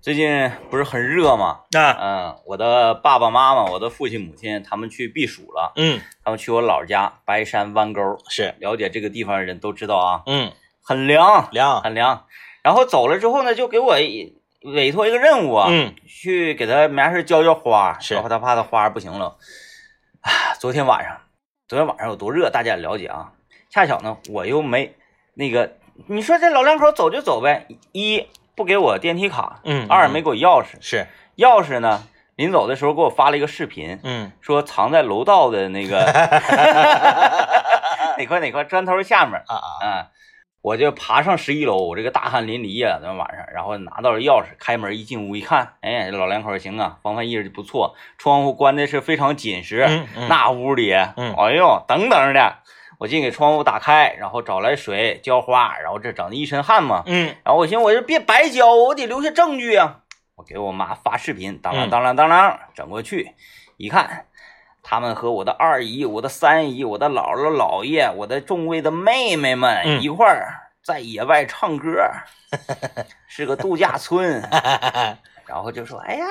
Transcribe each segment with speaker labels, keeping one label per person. Speaker 1: 最近不是很热嘛，
Speaker 2: 啊，
Speaker 1: 嗯，我的爸爸妈妈、我的父亲母亲他们去避暑了，
Speaker 2: 嗯，
Speaker 1: 他们去我姥家白山湾沟，
Speaker 2: 是，
Speaker 1: 了解这个地方的人都知道啊，
Speaker 2: 嗯，
Speaker 1: 很凉，
Speaker 2: 凉，
Speaker 1: 很凉。然后走了之后呢，就给我一委托一个任务啊，
Speaker 2: 嗯，
Speaker 1: 去给他没啥事浇浇花，
Speaker 2: 是
Speaker 1: 然后他怕他花不行了。啊，昨天晚上，昨天晚上有多热，大家也了解啊。恰巧呢，我又没那个，你说这老两口走就走呗，一不给我电梯卡，
Speaker 2: 嗯
Speaker 1: 二
Speaker 2: 嗯
Speaker 1: 没给我钥匙，
Speaker 2: 是，
Speaker 1: 钥匙呢，临走的时候给我发了一个视频，
Speaker 2: 嗯，
Speaker 1: 说藏在楼道的那 个哪块哪块砖头下面，
Speaker 2: 啊啊，
Speaker 1: 啊，我就爬上十一楼，我这个大汗淋漓呀、昨天晚上，然后拿到了钥匙，开门一进屋一看，哎呀，这老两口儿行啊，防范意识不错，窗户关的是非常紧实。
Speaker 2: 嗯嗯，
Speaker 1: 那屋里，
Speaker 2: 嗯
Speaker 1: 哎呦，等等的，我进给窗户打开，然后找来水浇花，然后这整的一身汗嘛，
Speaker 2: 嗯，
Speaker 1: 然后我寻思我这别白浇，我得留下证据啊。我给我妈发视频，
Speaker 2: 嗯
Speaker 1: 当啷当啷当啷整过去，一看，他们和我的二姨、我的三姨、我的姥姥姥爷、我的众位的妹妹
Speaker 2: 嗯
Speaker 1: 们一块儿在野外唱歌， 是个度假 村。
Speaker 2: 啊
Speaker 1: 然后就说：“哎呀，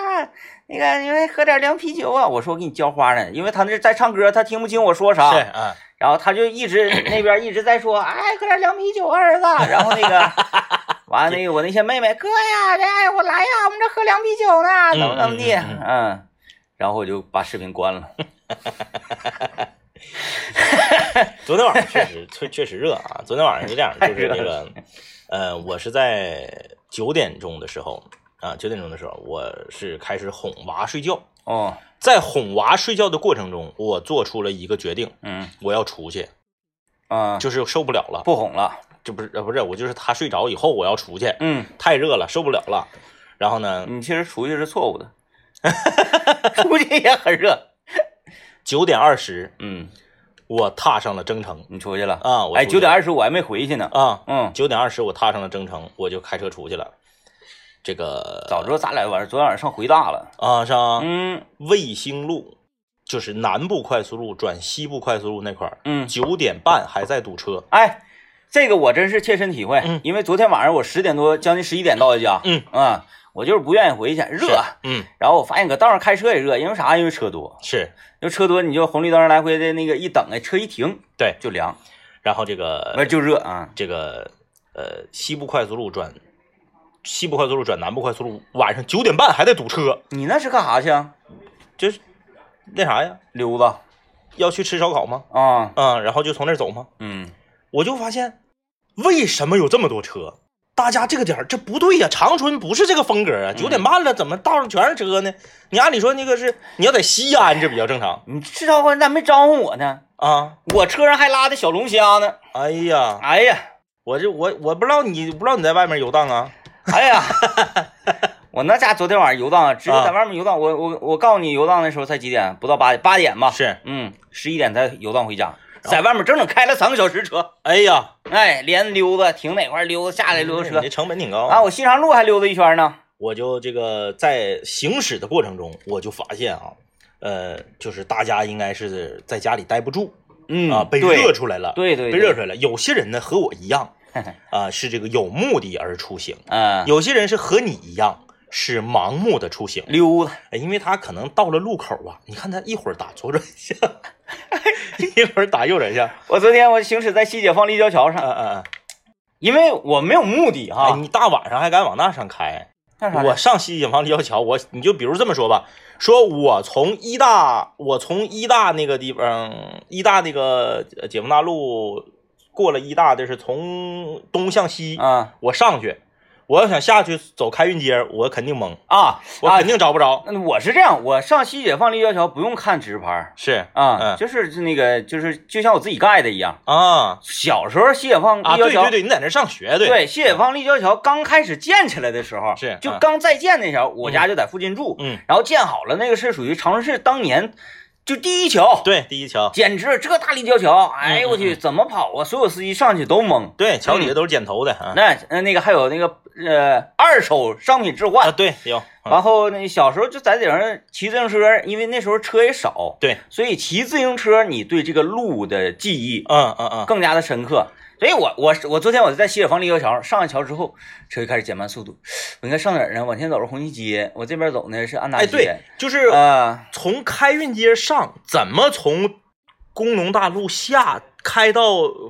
Speaker 1: 那个你们喝点凉啤酒啊！”我说：“我给你浇花呢，因为他那是在唱歌，他听不清我说啥。”
Speaker 2: 是，啊，
Speaker 1: 然后他就一 直那边一直在说，哎，喝点凉啤酒啊，儿子。然后那 个，完了那个我那些妹妹，哥呀，哎，我来呀，我们这喝凉啤酒呢，怎么怎么地，
Speaker 2: 嗯嗯
Speaker 1: 嗯然后我就把视频关了。
Speaker 2: 昨天晚上确实确确实热啊，昨天晚上是这样，就是那个，呃，我是在九点钟的时候啊，九点钟的时候，我是开始哄娃睡觉，
Speaker 1: 哦，
Speaker 2: 在哄娃睡觉的过程中，我做出了一个决定，
Speaker 1: 嗯
Speaker 2: 我要出去，
Speaker 1: 啊，
Speaker 2: 就是受不了了，
Speaker 1: 不哄了。
Speaker 2: 这不是呃不是，我就是他睡着以后我要出去，
Speaker 1: 嗯，
Speaker 2: 太热了，受不了了，然后呢，
Speaker 1: 你其实出去是错误 的，出去也很热。
Speaker 2: 九点二十
Speaker 1: 嗯，
Speaker 2: 我踏上了征程
Speaker 1: 你出去了
Speaker 2: 啊我
Speaker 1: 哎，九
Speaker 2: 出去了
Speaker 1: 点二十我还没回去呢。
Speaker 2: 啊，
Speaker 1: 嗯，
Speaker 2: 九点二十我踏上了征程，我就开车出去了。这个
Speaker 1: 早知道咱俩晚上昨天晚上上回大了。
Speaker 2: 啊，上
Speaker 1: 嗯
Speaker 2: 卫星路，就是南部快速路转西部快速路那块儿，
Speaker 1: 嗯，
Speaker 2: 九点半还在堵车。
Speaker 1: 哎，这个我真是切身体会，
Speaker 2: 嗯
Speaker 1: 因为昨天晚上我十点多，将近十一点到的家，
Speaker 2: 嗯
Speaker 1: 啊，我就是不愿意回去，热。
Speaker 2: 嗯，
Speaker 1: 然后我发现搁道上开车也热，因为啥？因为车多，
Speaker 2: 是
Speaker 1: 就车多，你就红绿灯来回的那个一等啊，车一停
Speaker 2: 对。
Speaker 1: 就凉，
Speaker 2: 然后这
Speaker 1: 不是
Speaker 2: 个
Speaker 1: 就热啊。
Speaker 2: 这个呃西部快速路转西部快速路转南部快速路，晚上九点半还在堵车，
Speaker 1: 你那是干啥去啊？
Speaker 2: 就是那啥呀？
Speaker 1: 溜达
Speaker 2: 要去吃烧烤吗？
Speaker 1: 啊？
Speaker 2: 啊、然后就从那儿走吗？
Speaker 1: 嗯，
Speaker 2: 我就发现为什么有这么多车？大家这个点儿这不对呀、长春不是这个风格啊！九
Speaker 1: 嗯
Speaker 2: 点半了，怎么道上全是车呢？你按理说那个是你要在西安，这比较正常
Speaker 1: 你至少还咋没招呼我呢？
Speaker 2: 啊！
Speaker 1: 我车上还拉的小龙虾呢。
Speaker 2: 哎呀，
Speaker 1: 哎呀，
Speaker 2: 我这我我不知道你不知道你在外面游荡啊？
Speaker 1: 哎 呀，我那家昨天晚上游荡啊，直接在外面游荡。我我我告诉你，游荡的时候才几点？不到八八点吧？
Speaker 2: 是，
Speaker 1: 嗯，十一点才游荡回家，在外面整整开了三个小时车，
Speaker 2: 哎呀，
Speaker 1: 哎，连溜达停哪块儿溜达，下来溜达
Speaker 2: 嗯你
Speaker 1: 车
Speaker 2: 这成本挺高
Speaker 1: 啊，我西长路还溜达一圈呢。
Speaker 2: 我就这个在行驶的过程中，我就发现啊，呃，就是大家应该是在家里待不住
Speaker 1: 嗯
Speaker 2: 啊，被热出来了，
Speaker 1: 对对对
Speaker 2: 被热出来了。有些人呢和我一样
Speaker 1: 嗯
Speaker 2: 啊，是这个有目的而出行。
Speaker 1: 啊，
Speaker 2: 有些人是和你一样是盲目的出行，
Speaker 1: 溜达，
Speaker 2: 哎因为他可能到了路口啊，你看他一会儿打左转 向，一会儿打右转向，啊
Speaker 1: 我昨天我行驶在西解放立交桥
Speaker 2: 嗯
Speaker 1: 上，
Speaker 2: 嗯
Speaker 1: 因为我没有目的
Speaker 2: 嗯，哎，
Speaker 1: 哈，
Speaker 2: 你大晚上还敢往那上开？
Speaker 1: 干啊啥来
Speaker 2: 我上西景房立交桥，我你就比如这么说吧，说我从一大，我从一大那个地方，一大那个呃解放大路过了一大，就是从东向西，
Speaker 1: 啊
Speaker 2: 我上去，我要想下去走开运街，我肯定懵，
Speaker 1: 啊
Speaker 2: 我
Speaker 1: 啊
Speaker 2: 肯！定找不着。
Speaker 1: 那我是这样，我上西解放立交桥不用看指示牌儿
Speaker 2: 是
Speaker 1: 啊，
Speaker 2: 嗯
Speaker 1: 就是那个就是就像我自己盖的一样，
Speaker 2: 啊
Speaker 1: 小时候西解放
Speaker 2: 啊，
Speaker 1: 立交
Speaker 2: 对
Speaker 1: 桥
Speaker 2: 对对，你在那上学对嗯
Speaker 1: 对，西北方立交桥刚开始建起来的时候，
Speaker 2: 是
Speaker 1: 就
Speaker 2: 嗯
Speaker 1: 刚在建那时候，我家就在附近住，
Speaker 2: 嗯
Speaker 1: 然后建好了，那个是属于长春市当年就第一桥，，
Speaker 2: 对，第一桥，
Speaker 1: 简直这大立交桥，哎呦我
Speaker 2: 嗯
Speaker 1: 去，
Speaker 2: 嗯
Speaker 1: 怎么跑啊？所有司机上去都懵。
Speaker 2: 对，桥底下都是剪头的
Speaker 1: 嗯
Speaker 2: 啊
Speaker 1: 那呃那个还有那个呃二手商品置
Speaker 2: 啊，
Speaker 1: 换，
Speaker 2: 对有嗯
Speaker 1: 然后那小时候就在顶上骑自行车，因为那时候车也少，
Speaker 2: 对，
Speaker 1: 所以骑自行车你对这个路的记忆
Speaker 2: 嗯嗯嗯，
Speaker 1: 更加的深刻。所以我我我昨天我在西铁房立交桥上了桥之后，车就开始减慢速度。我应该上哪儿呢？往前走是红旗街，我这边走呢是安达
Speaker 2: 哎，
Speaker 1: 街。
Speaker 2: 对，就是
Speaker 1: 啊、
Speaker 2: 从开运街上，怎么从工农大路下开到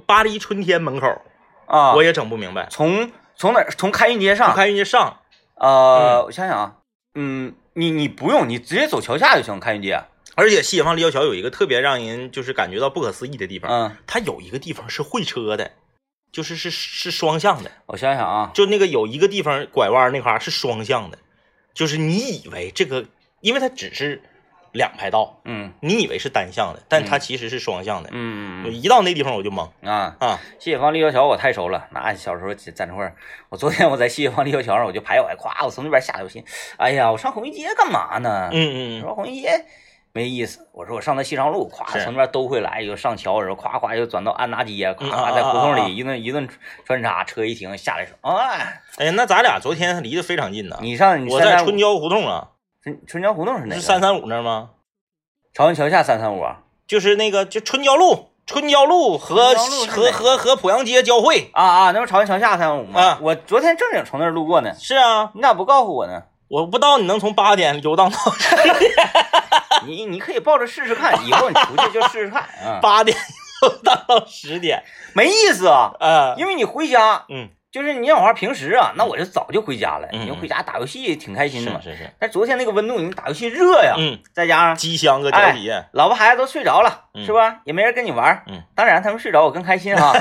Speaker 2: 巴黎春天门口，
Speaker 1: 啊，
Speaker 2: 我也整不明白。
Speaker 1: 从从哪儿？从开运街
Speaker 2: 从
Speaker 1: 上。
Speaker 2: 开运街上，
Speaker 1: 呃，我想想啊，嗯，你你不用，你直接走桥下就行。开运街，
Speaker 2: 而且西铁坊立交桥有一个特别让人就是感觉到不可思议的地方，
Speaker 1: 嗯，
Speaker 2: 它有一个地方是会车的，就是是是双向的，
Speaker 1: 我想想啊，
Speaker 2: 就那个有一个地方拐弯那块儿是双向的，就是你以为这个，因为它只是两排道，
Speaker 1: 嗯
Speaker 2: 你以为是单向的，但它其实是双向的。
Speaker 1: 嗯
Speaker 2: 我
Speaker 1: 嗯
Speaker 2: 一到那地方我就懵
Speaker 1: 嗯啊，
Speaker 2: 啊，
Speaker 1: 西铁坊立交桥我太熟了，那小时候在那块儿，我昨天我在西铁坊立交桥上我就徘徊，咵，我从那边下来，我寻，哎呀，我上红旗街干嘛呢？我
Speaker 2: 嗯嗯嗯，
Speaker 1: 说红旗街没意思，我说我上那西昌路，咵
Speaker 2: 是
Speaker 1: 从那边兜回来，又上桥，然后咵咵又转到安达街，咵
Speaker 2: 嗯啊
Speaker 1: 咵在胡同
Speaker 2: 啊啊啊
Speaker 1: 里一顿一顿穿插，车一停下来说，哎，
Speaker 2: 哎呀，那咱俩昨天离得非常近呢，
Speaker 1: 你上你
Speaker 2: 我
Speaker 1: 三
Speaker 2: 在
Speaker 1: 三五
Speaker 2: 春郊胡同啊，
Speaker 1: 春春江胡同是哪
Speaker 2: 是
Speaker 1: 个？
Speaker 2: 三三五那儿吗？
Speaker 1: 朝阳桥下三三五啊。
Speaker 2: 就是那个就春郊路，春郊路和
Speaker 1: 春郊路是
Speaker 2: 和
Speaker 1: 哪
Speaker 2: 和和濮阳街交汇。
Speaker 1: 啊啊，那不朝阳桥下三五吗？
Speaker 2: 啊
Speaker 1: 我昨天正经从那儿路过呢，
Speaker 2: 是啊，
Speaker 1: 你咋不告诉我呢？
Speaker 2: 我不知道你能从八点游荡到
Speaker 1: 你你可以抱着试试看，以后你出去就试试看啊，
Speaker 2: 八点游荡到十点，
Speaker 1: 没意思啊，
Speaker 2: 啊，
Speaker 1: 因为你回家
Speaker 2: 嗯，
Speaker 1: 就是你让我平时啊，那我就早就回家了，
Speaker 2: 嗯
Speaker 1: 你回家打游戏挺开心的嘛
Speaker 2: 是。是是，
Speaker 1: 但哎昨天那个温度，你打游戏热呀，
Speaker 2: 嗯，
Speaker 1: 再加上
Speaker 2: 机箱搁
Speaker 1: 哎
Speaker 2: 脚底下，
Speaker 1: 老婆孩子都睡着了，
Speaker 2: 嗯
Speaker 1: 是吧？也没人跟你玩儿，
Speaker 2: 嗯
Speaker 1: 当然他们睡着我更开心 哈，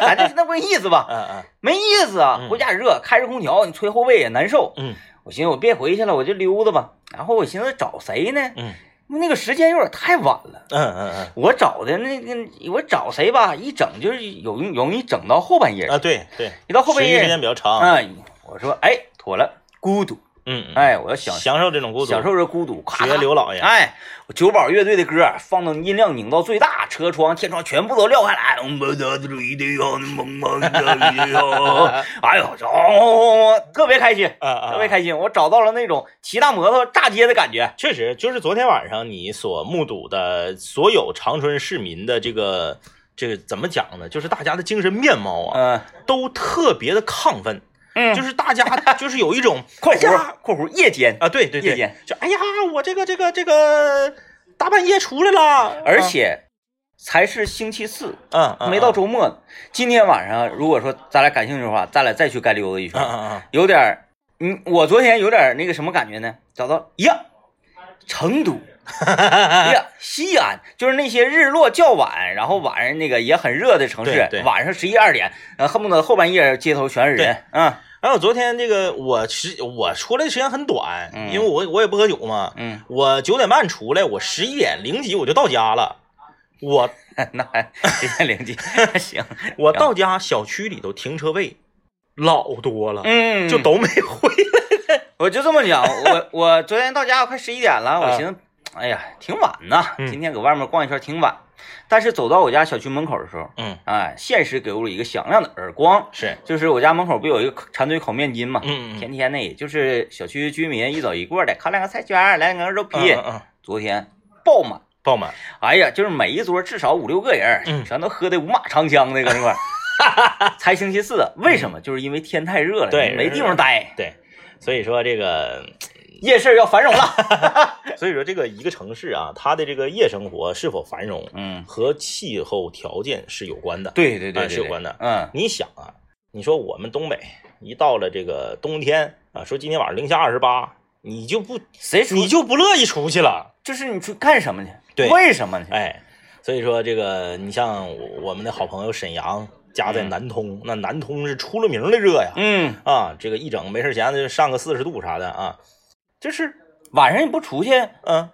Speaker 1: 咱就是那么个意思吧，
Speaker 2: 嗯嗯
Speaker 1: 没意思啊，
Speaker 2: 嗯
Speaker 1: 回家也热，开着空调你吹后背也难受，
Speaker 2: 嗯
Speaker 1: 我寻思我别回去了，我就溜达吧。然后我寻思找谁呢？
Speaker 2: 嗯
Speaker 1: 那个时间有点太晚了。
Speaker 2: 嗯嗯
Speaker 1: 我找的那个，我找谁吧，一整就是有容易整到后半夜
Speaker 2: 嗯，。啊，对对，
Speaker 1: 一到后半
Speaker 2: 持续时间
Speaker 1: 夜，
Speaker 2: 比较长，
Speaker 1: 哎，我说哎，妥了，孤独，
Speaker 2: 嗯，
Speaker 1: 哎，我要享
Speaker 2: 享受这种孤独，
Speaker 1: 享受这孤独，咔
Speaker 2: 学刘老爷，
Speaker 1: 哎，我九宝乐队的歌放到音量拧到最大，车窗、天窗全部都撂下来。嗯 哎呦，哦，特别开心，
Speaker 2: 啊啊，
Speaker 1: 特别开心。我找到了那种骑大摩托炸街的感觉。
Speaker 2: 确实，就是昨天晚上你所目睹的所有长春市民的这个这个怎么讲呢？就是大家的精神面貌啊，
Speaker 1: 嗯
Speaker 2: 都特别的亢奋，
Speaker 1: 嗯，
Speaker 2: 就是 大家就是有一种
Speaker 1: 括
Speaker 2: 哎呀
Speaker 1: 弧括弧夜间，
Speaker 2: 啊，对对
Speaker 1: 夜
Speaker 2: 对
Speaker 1: 间，
Speaker 2: 就哎呀，我这个这个这个大半夜出来了，
Speaker 1: 而且才是星期四，
Speaker 2: 啊嗯嗯
Speaker 1: 没到周末呢。今天晚上如果说咱俩感兴趣的话，咱俩再去该溜达一
Speaker 2: 嗯
Speaker 1: 圈，
Speaker 2: 嗯嗯
Speaker 1: 有点儿，嗯，我昨天有点儿那个什么感觉呢？找到呀，成都。
Speaker 2: 啊
Speaker 1: 呀，西安就是那些日落较晚，然后晚上那个也很热的城市
Speaker 2: 对，对
Speaker 1: 晚上十一二点，呃，恨不得后半夜街头全是人。嗯
Speaker 2: 然后昨天这个我时我出来的时间很短，
Speaker 1: 嗯
Speaker 2: 因为我我也不喝酒嘛，
Speaker 1: 嗯，
Speaker 2: 我九点半出来，我十一点零几我就到家了。我
Speaker 1: 那还今天零几 行，
Speaker 2: 我到家小区里头停车位老多了，
Speaker 1: 嗯，
Speaker 2: 就都没回来。
Speaker 1: 我就这么讲，我我昨天到家快十一点了，我
Speaker 2: 啊
Speaker 1: 寻思，哎呀，挺晚呐，
Speaker 2: 嗯
Speaker 1: 今天搁外面逛一圈挺晚。但是走到我家小区门口的时候，
Speaker 2: 嗯，
Speaker 1: 哎，现实给我一个响亮的耳光，
Speaker 2: 是，
Speaker 1: 就是我家门口不有一个馋嘴烤面筋嘛，
Speaker 2: 嗯嗯
Speaker 1: 天天呢，也就是小区居民一走一过的，烤两个菜卷儿，来两个肉
Speaker 2: 嗯
Speaker 1: 皮，
Speaker 2: 嗯嗯，
Speaker 1: 昨天爆满。
Speaker 2: 爆满。
Speaker 1: 哎呀，就是每一桌至少五六个人，
Speaker 2: 嗯
Speaker 1: 全都喝的五马长枪的搁那块儿。 才星期四，为什么？就是因为天太热了，
Speaker 2: 嗯对
Speaker 1: 没地方待，
Speaker 2: 对，所以说这个，
Speaker 1: 夜市要繁荣了。
Speaker 2: 所以说这个一个城市啊，它的这个夜生活是否繁荣
Speaker 1: 嗯，
Speaker 2: 和气候条件是有关的。
Speaker 1: 对对对
Speaker 2: 啊
Speaker 1: 对，
Speaker 2: 是有关的
Speaker 1: 嗯
Speaker 2: 你想啊，你说我们东北一到了这个冬天啊，说今天晚上零下二十八，你就不，
Speaker 1: 谁出
Speaker 2: 你就不乐意出去了，
Speaker 1: 就是你去干什么去？
Speaker 2: 对
Speaker 1: 为什么去？
Speaker 2: 哎，所以说这个你像我我们的好朋友沈阳家在南通，那南通是出了名的热呀，
Speaker 1: 嗯，
Speaker 2: 啊，这个一整没事闲的就上个四十度啥的啊，
Speaker 1: 就是晚上你不出去，
Speaker 2: 嗯，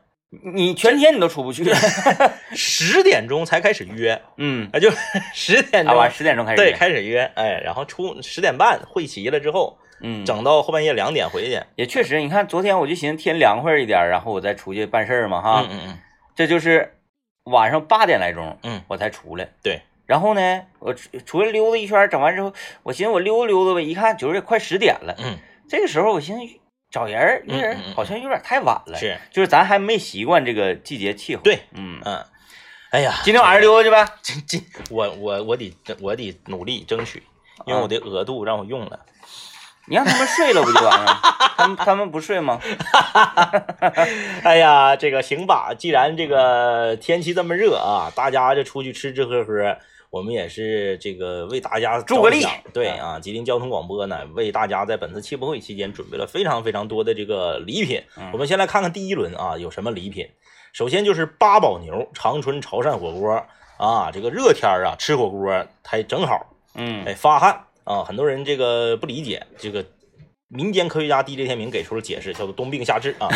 Speaker 1: 你全天你都出不去。
Speaker 2: 十点钟才开始约，
Speaker 1: 嗯，
Speaker 2: 啊，就十点
Speaker 1: 啊，
Speaker 2: 钟。
Speaker 1: 晚上十点钟开始。
Speaker 2: 对，，开始约，哎，然后出十点半会齐了之后，
Speaker 1: 嗯，
Speaker 2: 整到后半夜两点回去。
Speaker 1: 也确实，你看昨天我就寻思天凉快一点儿，然后我再出去办事儿嘛，哈。
Speaker 2: 嗯嗯嗯，
Speaker 1: 这就是晚上八点来钟，
Speaker 2: 嗯，
Speaker 1: 我才出来。
Speaker 2: 对，
Speaker 1: 然后呢，我出出来溜达一圈，整完之后，我寻思我溜达溜达吧，一看九点快十点了。
Speaker 2: 嗯，
Speaker 1: 这个时候我寻思找人儿约
Speaker 2: 嗯嗯
Speaker 1: 人
Speaker 2: 嗯
Speaker 1: 好像有点太晚了，
Speaker 2: 是
Speaker 1: 就是咱还没习惯这个季节气候。，
Speaker 2: 对，
Speaker 1: 嗯
Speaker 2: 嗯，哎呀，
Speaker 1: 今天晚上溜达去 呗。
Speaker 2: 今今我我我得我得努力争取，因为我的额度让我用了。
Speaker 1: 你让他们睡了不就完了？他们他们不睡吗？
Speaker 2: 哎呀，这个行吧，既然这个天气这么热啊，大家这出去吃吃喝喝，我们也是这个为大家
Speaker 1: 助个力嗯
Speaker 2: 着想。对啊，吉林交通广播呢，为大家在本次汽博会期间准备了非常非常多的这个礼品。
Speaker 1: 嗯
Speaker 2: 我们先来看看第一轮啊，有什么礼品？首先就是八宝牛长春潮汕火锅啊，这个热天儿啊吃火锅还正好，
Speaker 1: 嗯
Speaker 2: 哎，发汗啊，很多人这个不理解，这个民间科学家 DJ 天明给出了解释，叫做冬病夏治啊，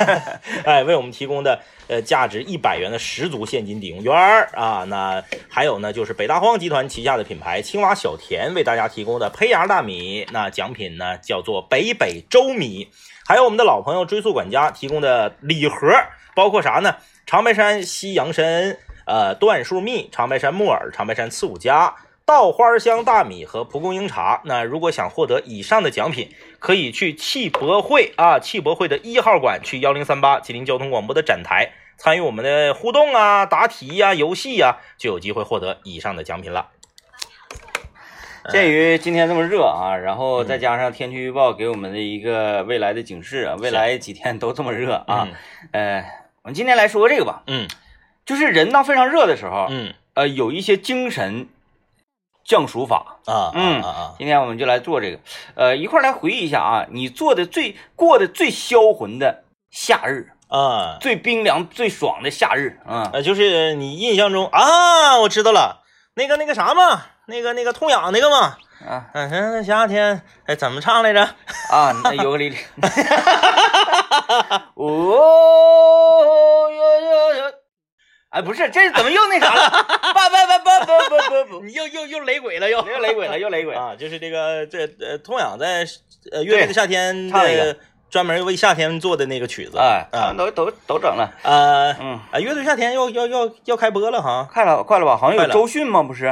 Speaker 2: 哎，为我们提供的呃价值一百元的十足现金抵用券儿啊，那还有呢就是北大荒集团旗下的品牌青蛙小田为大家提供的胚芽大米，那奖品呢叫做北北粥米，还有我们的老朋友追溯管家提供的礼盒，包括啥呢？长白山西洋参。呃，椴树蜜、长白山木耳、长白山刺五加、稻花香大米和蒲公英茶。那如果想获得以上的奖品，可以去汽博会啊，汽博会的一号馆，去幺零三八吉林交通广播的展台，参与我们的互动啊、答题呀、游戏呀、就有机会获得以上的奖品了。
Speaker 1: 鉴于今天这么热啊，然
Speaker 2: 嗯
Speaker 1: 后再加上天气预报给我们的一个未来的警示啊，未来几天都这么热啊。呃，我们今天来说这个吧，
Speaker 2: 嗯
Speaker 1: 就是人当非常热的时候，
Speaker 2: 嗯
Speaker 1: 呃，有一些精神降暑法。
Speaker 2: 啊
Speaker 1: 嗯
Speaker 2: 啊啊
Speaker 1: 今天我们就来做这个，呃，一块儿来回忆一下啊，你做的最过的最销魂的夏日，
Speaker 2: 啊啊！
Speaker 1: 最冰凉、最爽的夏日啊，
Speaker 2: 呃，就是你印象中啊，我知道了，那个那个啥嘛，那个那个痛痒那个嘛，
Speaker 1: 啊
Speaker 2: 嗯、哼，夏天哎怎么唱来着？
Speaker 1: 啊，那尤克里里， 哦哟哟哟，哎，不是，这怎么又那啥了？叭叭叭叭叭叭叭，
Speaker 2: 你又又又雷鬼了又。
Speaker 1: 又雷鬼了，又雷鬼，
Speaker 2: 啊，就是这个这呃，痛痒在呃乐队的夏天
Speaker 1: 唱一个
Speaker 2: 的专门为夏天做的那个曲子。
Speaker 1: 哎，他
Speaker 2: 啊
Speaker 1: 们都都都整了，
Speaker 2: 呃
Speaker 1: 嗯，
Speaker 2: 啊，乐队夏天要要要要开播了哈
Speaker 1: 快了快了吧？好像
Speaker 2: 快
Speaker 1: 有
Speaker 2: 了
Speaker 1: 周迅吗？不是，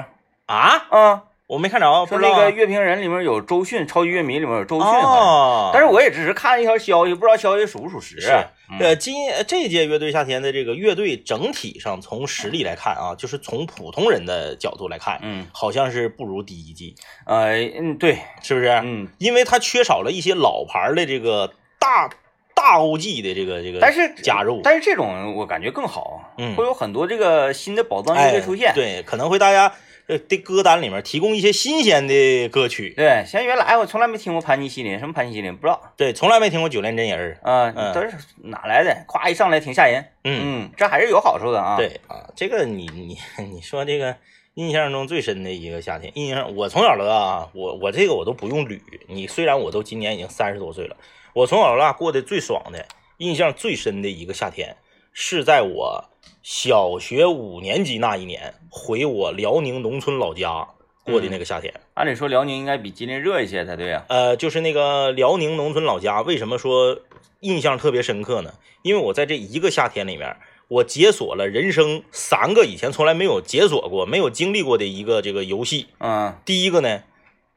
Speaker 2: 啊，
Speaker 1: 啊，
Speaker 2: 我没看着，
Speaker 1: 说
Speaker 2: 不知道
Speaker 1: 那
Speaker 2: 啊
Speaker 1: 个《乐评人》里面有周迅，《超级乐迷》里面有周迅，好像
Speaker 2: 哦，
Speaker 1: 但是嗯我也只是看了一条消息，不知道消息属不属实。
Speaker 2: 是呃，今呃这届乐队夏天的这个乐队整体上从实力来看啊，就是从普通人的角度来看，
Speaker 1: 嗯，
Speaker 2: 好像是不如第一季，
Speaker 1: 呃，嗯，对，
Speaker 2: 是不是？
Speaker 1: 嗯，
Speaker 2: 因为它缺少了一些老牌儿的这个大大 OG 的这个这个，
Speaker 1: 但是
Speaker 2: 加入，
Speaker 1: 但是这种我感觉更好，
Speaker 2: 嗯
Speaker 1: 会有很多这个新的宝藏乐队出现。
Speaker 2: 哎。对，可能会大家呃的歌单里面提供一些新鲜的歌曲。
Speaker 1: 对，像原来我从来没听过盘尼西林，什么盘尼西林不知道
Speaker 2: 对，从来没听过九连真人儿。
Speaker 1: 啊，
Speaker 2: 嗯
Speaker 1: 都是哪来的？夸一上来挺吓人，
Speaker 2: 嗯，
Speaker 1: 嗯，这还是有好处的啊。，
Speaker 2: 对啊，这个你 你你说这个印象中最深的一个夏天，印象我从小到大啊，我我这个我都不用捋。你虽然我都今年已经三十多岁了，我从小到大过得最爽的、印象最深的一个夏天，是在我小学五年级那一年回我辽宁农村老家过的那个夏天。
Speaker 1: 按理说辽宁应该比吉林热一些才对啊。
Speaker 2: 呃，就是那个辽宁农村老家，为什么说印象特别深刻呢？因为我在这一个夏天里面，我解锁了人生三个以前从来没有解锁过、没有经历过的一个这个游戏。
Speaker 1: 嗯
Speaker 2: 第一个呢，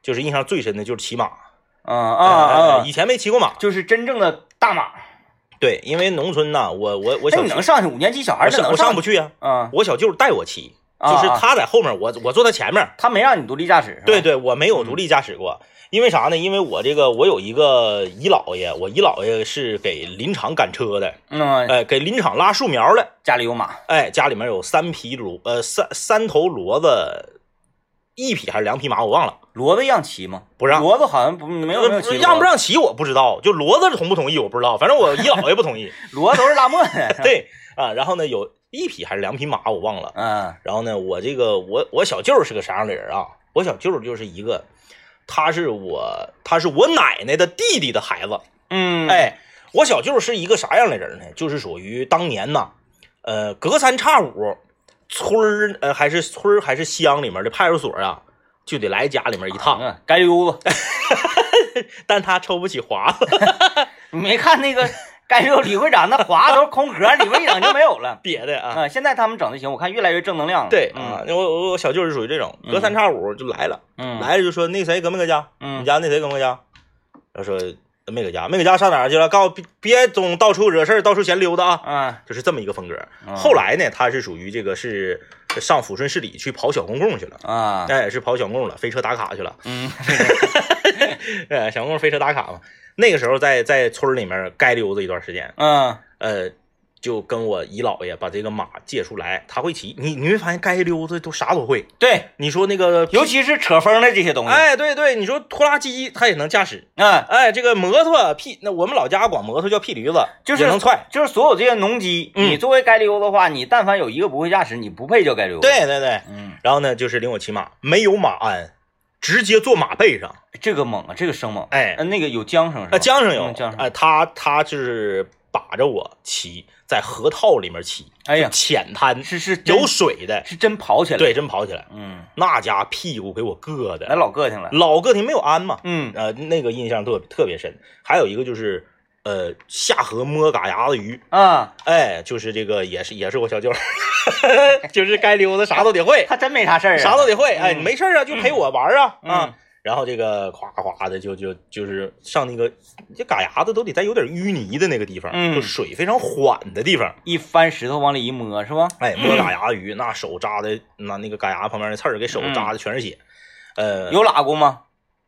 Speaker 2: 就是印象最深的就是骑马
Speaker 1: 嗯
Speaker 2: 啊
Speaker 1: 啊啊
Speaker 2: 以，前没骑过马。
Speaker 1: 就是真正的大马。
Speaker 2: 对，因为农村呐，我我
Speaker 1: 那
Speaker 2: 我小
Speaker 1: 哎你
Speaker 2: 舅
Speaker 1: 能上去？五年级小孩
Speaker 2: 我
Speaker 1: 儿这
Speaker 2: 上
Speaker 1: 能
Speaker 2: 我上
Speaker 1: 去？
Speaker 2: 不去啊，
Speaker 1: 嗯，
Speaker 2: 我小舅带我骑，
Speaker 1: 啊
Speaker 2: 就是
Speaker 1: 啊
Speaker 2: 他在后面，我我坐他前面。
Speaker 1: 他没让你独立驾驶。是吧嗯
Speaker 2: 对，对，我没有独立驾驶过，因为啥呢？因为我这个我有一个姨姥爷，我姨姥爷是给林场赶车的，
Speaker 1: 嗯，
Speaker 2: 哎、给林场拉树苗的，
Speaker 1: 家里有马。
Speaker 2: 哎，家里面有三匹骡，呃，三三头骡子，一匹还是两匹马，我忘了，
Speaker 1: 骡子让骑吗？
Speaker 2: 不让。
Speaker 1: 骡子好像不没有没有
Speaker 2: 呃
Speaker 1: 骑，
Speaker 2: 让不？让骑我不知道，就骡子同不同意我不知道，反正我姨姥爷 不同意。
Speaker 1: 骡子都是拉磨 的。，
Speaker 2: 对啊，然后呢，有一匹还是两匹马我忘了，
Speaker 1: 嗯
Speaker 2: 然后呢，我这个我我小舅儿是个啥样的人啊？我小舅儿就是一个，他是我他是我奶奶的弟弟的孩子。
Speaker 1: 嗯，，
Speaker 2: 哎，我小舅儿是一个啥样的人呢？就是属于当年呐，呃，隔三差五，村儿呃还是村儿还是乡里面的派出所啊，就得来家里面一趟。
Speaker 1: 嗯，街溜子，
Speaker 2: 但他抽不起华子，
Speaker 1: 你没看那个街溜李会长那划都是空壳，里面一整就没有 了。
Speaker 2: 别的啊。
Speaker 1: 嗯，现在他们整的行，我看越来越正能量了。
Speaker 2: 对
Speaker 1: 嗯
Speaker 2: 啊，我我我小舅儿是属于这种，隔三差五就来了，
Speaker 1: 嗯，
Speaker 2: 来了就说那谁搁没搁家？
Speaker 1: 嗯
Speaker 2: 你家那谁搁没搁家？然后说没搁家，没搁家上哪儿去了？告诉别别总到处惹事儿，到处闲溜达啊！
Speaker 1: 嗯，
Speaker 2: 就是这么一个风格。
Speaker 1: 嗯
Speaker 2: 后来呢，他是属于这个是上抚顺市里去跑小公共去了，
Speaker 1: 啊，
Speaker 2: 哎，是跑小公共了，飞车打卡去了。
Speaker 1: 嗯，
Speaker 2: 呃，小公共飞车打卡嘛。那个时候在在村里面街溜达一段时间，
Speaker 1: 嗯，
Speaker 2: 呃，就跟我姨姥爷把这个马借出来，他会骑。你你会发现街溜达都啥都会。
Speaker 1: 对，
Speaker 2: 你说那个，
Speaker 1: 尤其是扯风的这些东西，
Speaker 2: 哎，对对，你说拖拉机他也能驾驶。
Speaker 1: 嗯，
Speaker 2: 哎，这个摩托屁，那我们老家管摩托叫屁驴子，
Speaker 1: 就是
Speaker 2: 也能踹。
Speaker 1: 就是所有这些农机，
Speaker 2: 嗯
Speaker 1: 你作为街溜子的话，你但凡有一个不会驾驶，你不配叫街溜子。，
Speaker 2: 对对对，
Speaker 1: 嗯，
Speaker 2: 然后呢，就是领我骑马，没有马鞍，直接坐马背上。
Speaker 1: 这个猛啊，这个生猛，
Speaker 2: 哎，
Speaker 1: 呃那个有缰绳是吧？
Speaker 2: 啊，缰绳有
Speaker 1: 嗯，缰绳
Speaker 2: 哎，他他就是把着我骑，在河套里面骑，
Speaker 1: 哎呀，
Speaker 2: 浅滩
Speaker 1: 是是真
Speaker 2: 有水的，
Speaker 1: 是真跑起来，，
Speaker 2: 对，真跑起来，
Speaker 1: 嗯，
Speaker 2: 那家屁股给我硌
Speaker 1: 来
Speaker 2: 的，
Speaker 1: 老个性了，
Speaker 2: 老个体没有鞍嘛，
Speaker 1: 嗯，
Speaker 2: 呃，那个印象特特别深。还有一个就是，呃，下河摸嘎牙子鱼，
Speaker 1: 啊，
Speaker 2: 哎，就是这个也是也是我小舅儿， 就是该溜达啥都得会，
Speaker 1: 他真没啥事儿啊，
Speaker 2: 啥都得会，哎，
Speaker 1: 嗯
Speaker 2: 你没事儿啊，就陪我玩儿啊、
Speaker 1: 嗯
Speaker 2: 啊。然后这个夸夸的就就就是上那个这嘎牙子都得在有点淤泥的那个地方，
Speaker 1: 嗯
Speaker 2: 就水非常缓的地方，
Speaker 1: 一翻石头往里一摸是吧？
Speaker 2: 哎，摸嘎牙鱼，那手扎的那那个嘎牙旁边的刺儿给手
Speaker 1: 嗯
Speaker 2: 扎的全是血，
Speaker 1: 有拉过吗？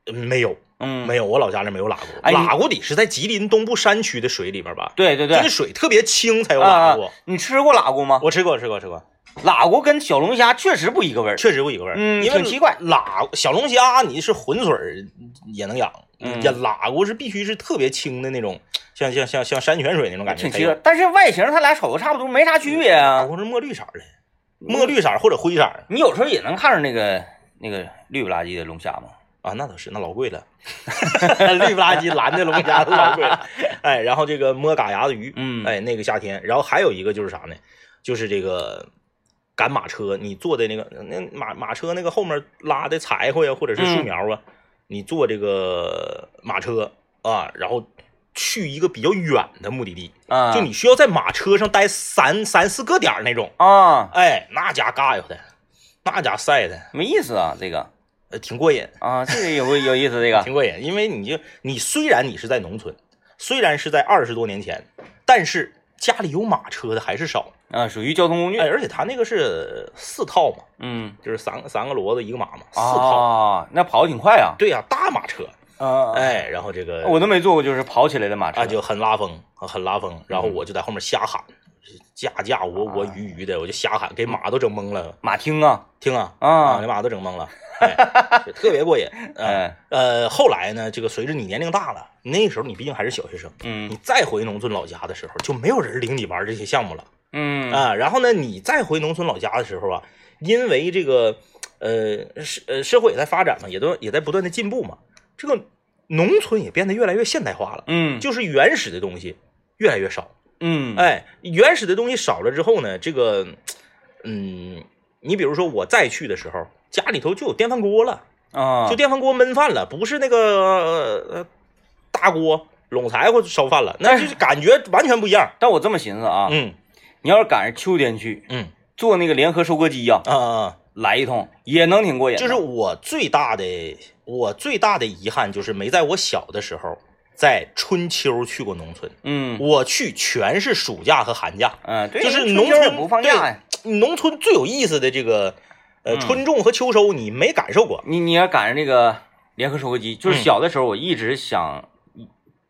Speaker 2: 呃，没有
Speaker 1: 嗯，
Speaker 2: 没有，我老家那没有喇蛄，
Speaker 1: 哎你
Speaker 2: 喇蛄得是在吉林东部山区的水里边吧，
Speaker 1: 对对
Speaker 2: 就
Speaker 1: 对
Speaker 2: 那，水特别清才有
Speaker 1: 啊
Speaker 2: 喇
Speaker 1: 啊
Speaker 2: 蛄，，
Speaker 1: 你吃过拉过吗？
Speaker 2: 我吃过吃过吃过，
Speaker 1: 拉过跟小龙虾确实不一个味儿，
Speaker 2: 确实不一个味儿，
Speaker 1: 嗯
Speaker 2: 因为
Speaker 1: 挺奇怪
Speaker 2: 喇小龙虾你是浑水儿也能养，
Speaker 1: 嗯
Speaker 2: 也喇蛄是必须是特别清的那种，像像像像山泉水那种感觉
Speaker 1: 挺
Speaker 2: 才
Speaker 1: 奇
Speaker 2: 有。
Speaker 1: 怪，但是外形它俩瞅着差不多，没啥区别
Speaker 2: 喇
Speaker 1: 啊。
Speaker 2: 蛄是墨绿色儿的，墨绿色儿或者灰色儿
Speaker 1: 你有时候也能看着那个那个绿不拉几的龙虾吗？
Speaker 2: 啊，那倒是，那老贵了， 绿不拉几蓝的龙虾都老 贵了。哎，然后这个摸嘎牙的鱼，
Speaker 1: 嗯
Speaker 2: 哎，那个夏天，然后还有一个就是啥呢？就是这个赶马车，你坐的那个那马马车那个后面拉的柴火呀，或者是树
Speaker 1: 嗯
Speaker 2: 苗啊，你坐这个马车啊，然后去一个比较远的目的地，
Speaker 1: 啊，
Speaker 2: 就你需要在马车上待三三四个点儿那种。
Speaker 1: 啊，
Speaker 2: 哎，那家嘎悠的，那家晒的，
Speaker 1: 没意思啊，这个
Speaker 2: 呃，挺过瘾。
Speaker 1: 啊，这个有有意思，这个
Speaker 2: 挺过瘾，因为你就你虽然你是在农村，虽然是在二十多年前，但是家里有马车的还是少。
Speaker 1: 啊，属于交通工具
Speaker 2: 哎，，而且他那个是四套嘛，
Speaker 1: 嗯，
Speaker 2: 就是三个三个骡子一个马嘛，四套。
Speaker 1: 啊，那跑得挺快啊，
Speaker 2: 对呀、大马车。
Speaker 1: 啊，哎，
Speaker 2: 哎，然后这个
Speaker 1: 我都没坐过，就是跑起来的马车
Speaker 2: 啊就很拉风，很拉风。然
Speaker 1: 嗯
Speaker 2: 后我就在后面瞎喊，架架我
Speaker 1: 啊
Speaker 2: 我鱼鱼的，我就瞎喊，给马都整懵了。
Speaker 1: 马听啊，
Speaker 2: 听啊
Speaker 1: 啊
Speaker 2: 给马都整懵了，哎，就特别过瘾。哎
Speaker 1: 哎，
Speaker 2: 呃，后来呢，这个随着你年龄大了，那时候你毕竟还是小学生。你
Speaker 1: 嗯
Speaker 2: 再回农村老家的时候，就没有人领你玩这些项目了
Speaker 1: 嗯
Speaker 2: 啊。然后呢，你再回农村老家的时候啊，因为这个呃社呃社会也在发展嘛，也都也在不断的进步嘛，这个农村也变得越来越现代化了，
Speaker 1: 嗯
Speaker 2: 就是原始的东西越来越少。
Speaker 1: 嗯，
Speaker 2: 哎，原始的东西少了之后呢，这个嗯，你比如说我再去的时候，家里头就有电饭锅了。
Speaker 1: 啊，
Speaker 2: 就电饭锅焖饭了，不是那个呃大锅拢柴火烧饭了，那就是感觉完全不一样。
Speaker 1: 但我这么寻思啊，
Speaker 2: 嗯
Speaker 1: 你要是赶上秋天去
Speaker 2: 嗯
Speaker 1: 坐那个联合收割机呀，
Speaker 2: 啊、啊
Speaker 1: 来一通也能挺过瘾的，
Speaker 2: 就是我最大的我最大的遗憾就是没在我小的时候在春秋去过农村，
Speaker 1: 嗯
Speaker 2: 我去全是暑假和寒假，
Speaker 1: 嗯，对，
Speaker 2: 就是
Speaker 1: 春
Speaker 2: 农
Speaker 1: 秋也
Speaker 2: 村
Speaker 1: 不放假呀。
Speaker 2: 对农村最有意思的这个呃
Speaker 1: 嗯
Speaker 2: 春种和秋收你没感受过，
Speaker 1: 你你要赶上那个联合收割机，就是
Speaker 2: 嗯
Speaker 1: 小的时候我一直想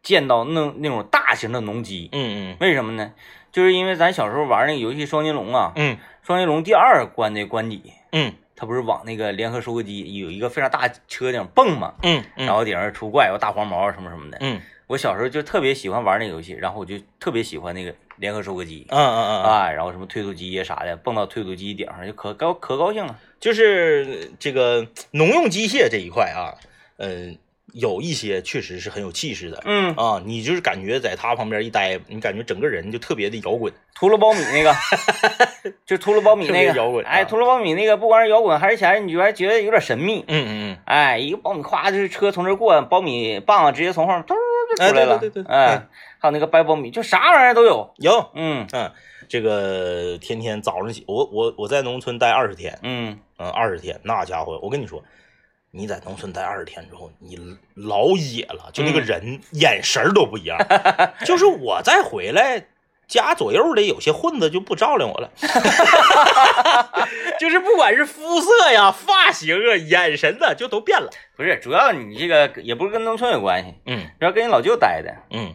Speaker 1: 见到那那种大型的农机，
Speaker 2: 嗯
Speaker 1: 为什么呢？就是因为咱小时候玩那个游戏双截龙啊，
Speaker 2: 嗯
Speaker 1: 双截龙第二关的关底，
Speaker 2: 嗯
Speaker 1: 它不是往那个联合收割机有一个非常大车顶蹦嘛，
Speaker 2: 嗯
Speaker 1: 然
Speaker 2: 嗯
Speaker 1: 后顶上出怪物、大黄毛啊什么什么的。
Speaker 2: 嗯
Speaker 1: 我小时候就特别喜欢玩那个游戏，然后我就特别喜欢那个联合收割机
Speaker 2: 嗯嗯嗯，
Speaker 1: 啊，然后什么推土机呀啥的，蹦到推土机顶上就可高可高兴了。
Speaker 2: 就是这个农用机械这一块啊，嗯、有一些确实是很有气势的。
Speaker 1: 嗯，
Speaker 2: 啊，你就是感觉在他旁边一待，你感觉整个人就特别的摇滚。
Speaker 1: 秃噜苞米那个， 就秃噜苞米那
Speaker 2: 特
Speaker 1: 个
Speaker 2: 别摇滚啊
Speaker 1: 哎，秃噜苞米那个不光是摇滚，还是前你觉得觉得有点神秘。
Speaker 2: 嗯嗯
Speaker 1: 哎，一个苞米咵，就是车从这儿过，苞米棒直接从后面嘟就出来了。
Speaker 2: 哎对对对对
Speaker 1: 哎，还有那个白苞米，就啥玩意儿都有。
Speaker 2: 有，
Speaker 1: 嗯
Speaker 2: 嗯，这个天天呃早上起，我我我在农村待二十天，
Speaker 1: 嗯
Speaker 2: 嗯，二十天，那家伙，我跟你说，你在农村待二十天之后，你老野了，就那
Speaker 1: 嗯
Speaker 2: 个人、眼神儿都不 一样。就是我再回来，家左右的有些混子就不照亮我 了，就是不管是肤色呀、发型啊、眼神呐，就都变了。
Speaker 1: 不是，主要你这个也不是跟农村有关系，
Speaker 2: 嗯
Speaker 1: 主要跟你老舅待的。
Speaker 2: 嗯，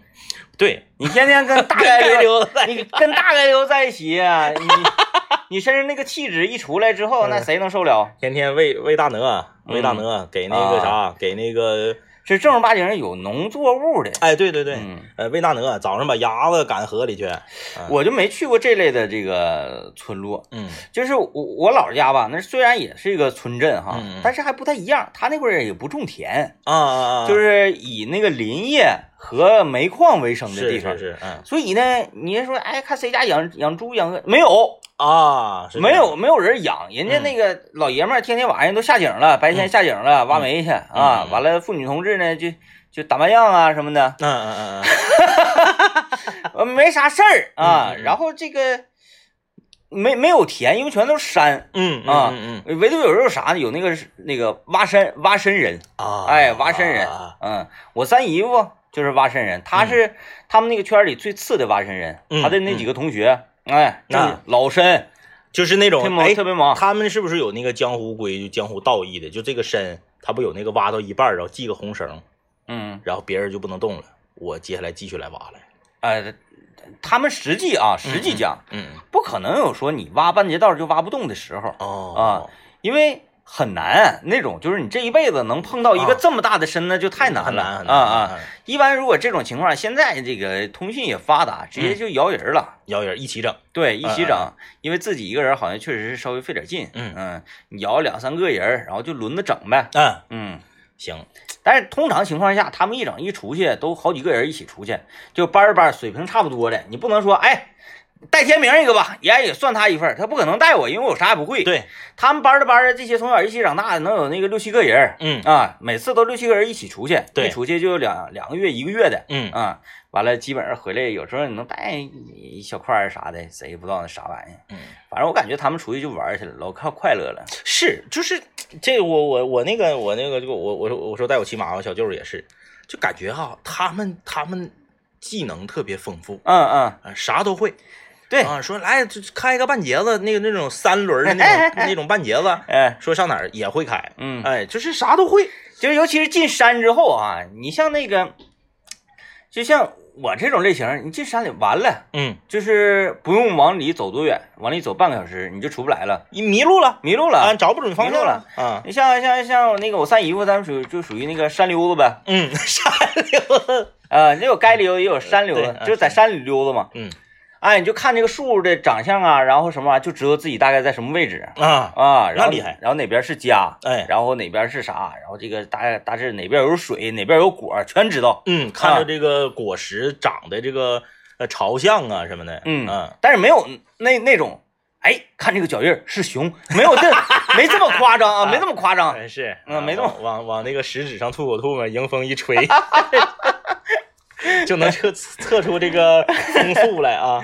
Speaker 2: 对，
Speaker 1: 你天天跟大概溜，
Speaker 2: 溜达。
Speaker 1: 你跟大概溜在一起啊，你你身上那个气质一出来之后，那
Speaker 2: 嗯
Speaker 1: 谁能受了？
Speaker 2: 天天喂喂大鹅，喂大
Speaker 1: 嗯
Speaker 2: 鹅，给那个啥，
Speaker 1: 啊
Speaker 2: 给那个，
Speaker 1: 是正儿八经有农作物的。
Speaker 2: 哎，对对对，
Speaker 1: 嗯
Speaker 2: 呃，喂大鹅，早上把鸭子赶河里去，
Speaker 1: 我就没去过这类的这个村落，
Speaker 2: 嗯
Speaker 1: 就是我我姥姥家吧，那虽然也是一个村镇哈，
Speaker 2: 嗯嗯
Speaker 1: 但是还不太一样。他那块儿也不种田，
Speaker 2: 啊啊啊，
Speaker 1: 就是以那个林业和煤矿为生的
Speaker 2: 是
Speaker 1: 地方。
Speaker 2: 是是，嗯
Speaker 1: 所以呢，你说，哎，看谁家养养猪养鹅没有？
Speaker 2: 啊，是这
Speaker 1: 没
Speaker 2: 样
Speaker 1: 有，没有人养，人
Speaker 2: 嗯
Speaker 1: 家那个老爷们儿天天晚上都下井了，白天下井了挖煤去啊
Speaker 2: 嗯，
Speaker 1: 完了妇女同志呢就就打麻将啊什么 的，
Speaker 2: 嗯嗯嗯嗯，
Speaker 1: 呃没啥事儿啊
Speaker 2: 嗯。嗯嗯
Speaker 1: 然后这个没没有田，因为全都是山，
Speaker 2: 嗯
Speaker 1: 啊
Speaker 2: 嗯嗯
Speaker 1: 唯独有有啥呢？有那个那个挖山挖参人，
Speaker 2: 啊，
Speaker 1: 哎，挖参人
Speaker 2: 啊，
Speaker 1: 嗯，我三姨夫就是挖参人，他是他们那个圈里最次的挖参人，
Speaker 2: 嗯
Speaker 1: 他的那几个同学，哎，
Speaker 2: 那
Speaker 1: 就是老参，
Speaker 2: 就是那种
Speaker 1: 特别
Speaker 2: 哎
Speaker 1: 猛，特别猛，
Speaker 2: 他们是不是有那个江湖规矩、江湖道义的？就这个参，他不有那个挖到一半儿，然后系个红绳，
Speaker 1: 嗯，
Speaker 2: 然后别人就不能动了。我接下来继续来挖来。
Speaker 1: 呃，他们实际啊，实际讲。
Speaker 2: 嗯，
Speaker 1: 不可能有说你挖半截道就挖不动的时候，
Speaker 2: 哦
Speaker 1: 因为很难那种，就是你这一辈子能碰到一个
Speaker 2: 啊
Speaker 1: 这么大的身子就太
Speaker 2: 啊，
Speaker 1: 难
Speaker 2: 很
Speaker 1: 了
Speaker 2: 难很
Speaker 1: 啊
Speaker 2: 难
Speaker 1: 啊！！
Speaker 2: 嗯
Speaker 1: 一般如果这种情况，现在这个通信也发达，直
Speaker 2: 嗯
Speaker 1: 接就摇人了。
Speaker 2: 摇人一起整，
Speaker 1: 对，一起整，
Speaker 2: 嗯
Speaker 1: 因为自己一个人好像确实是稍微费点劲。
Speaker 2: 嗯
Speaker 1: 你摇两三个人，然后就轮着整呗。
Speaker 2: 嗯，
Speaker 1: 嗯，
Speaker 2: 行，
Speaker 1: 但是通常情况下，他们一整一出去都好几个人一起出去，就班儿班儿水平差不多的，你不能说哎。带天明一个吧，也也算他一份儿，他不可能带我，因为我啥也不会。
Speaker 2: 对，
Speaker 1: 他们班儿的班儿的这些从小一起长大的，能有那个六七个人
Speaker 2: 嗯
Speaker 1: 啊，每次都六七个人一起出去，
Speaker 2: 对
Speaker 1: 一出去就有两两个月一个月的，
Speaker 2: 嗯
Speaker 1: 啊，完了基本上回来有时候你能带一小块儿啥的，谁也不知道那啥玩意儿。
Speaker 2: 嗯，
Speaker 1: 反正我感觉他们出去就玩儿去了，老靠快乐了。
Speaker 2: 是就是这我我我那个我那个这个我我说我说带我亲妈，我小舅儿也是，就感觉哈、他们他们技能特别丰富，
Speaker 1: 嗯嗯，
Speaker 2: 啊，啥都会。
Speaker 1: 对
Speaker 2: 啊，说来就开个半截子，那个那种三轮的 那种那种半截子，
Speaker 1: 哎，
Speaker 2: 说上哪儿也会开，
Speaker 1: 嗯
Speaker 2: 哎，就是啥都会。
Speaker 1: 就是尤其是进山之后啊，你像那个，就像我这种类型，你进山里完了，
Speaker 2: 嗯，
Speaker 1: 就是不用往里走多远，往里走半个小时你就出不来了，
Speaker 2: 你迷路了
Speaker 1: 迷路
Speaker 2: 啊，
Speaker 1: 了。
Speaker 2: 找不准方向
Speaker 1: 迷路了
Speaker 2: 啊。
Speaker 1: 你像像像那个我三姨夫，咱们属于就属于那个山溜子呗，
Speaker 2: 嗯，山溜子。
Speaker 1: 呃，也有街溜也有山溜
Speaker 2: 对
Speaker 1: 子
Speaker 2: 啊，
Speaker 1: 就在山里溜达嘛。
Speaker 2: 嗯
Speaker 1: 哎，你就看这个树的长相啊，然后什么啊，就知道自己大概在什么位置
Speaker 2: 啊，
Speaker 1: 啊。然后
Speaker 2: 那厉害
Speaker 1: 然后哪边是家，
Speaker 2: 哎，
Speaker 1: 然后哪边是啥，然后这个大概大致哪边有水，哪边有果，全知道。
Speaker 2: 嗯，看
Speaker 1: 啊
Speaker 2: 着这个果实长的这个呃朝向啊什么的，
Speaker 1: 嗯但是没有那那种，哎，看这个脚印儿是熊，没有这 没这么夸张啊，没这么夸张。
Speaker 2: 嗯，是，
Speaker 1: 嗯
Speaker 2: 啊
Speaker 1: 没动
Speaker 2: 往往往那个食指上吐口吐沫，迎风一吹， 就能测测出这个风速来啊。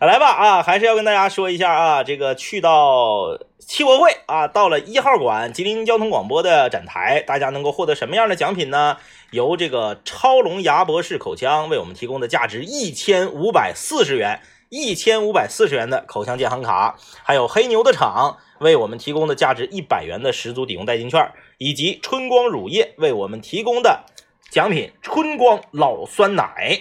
Speaker 2: 来吧啊，还是要跟大家说一下啊，这个去到汽博会啊，到了一号馆吉林交通广播的展台，大家能够获得什么样的奖品呢？由这个超龙牙博士口腔为我们提供的价值一千五百四十元、一千五百四十元的口腔健康卡，还有黑牛的厂为我们提供的价值一百元的十足抵用代金券，以及春光乳业为我们提供的奖品春光老酸奶。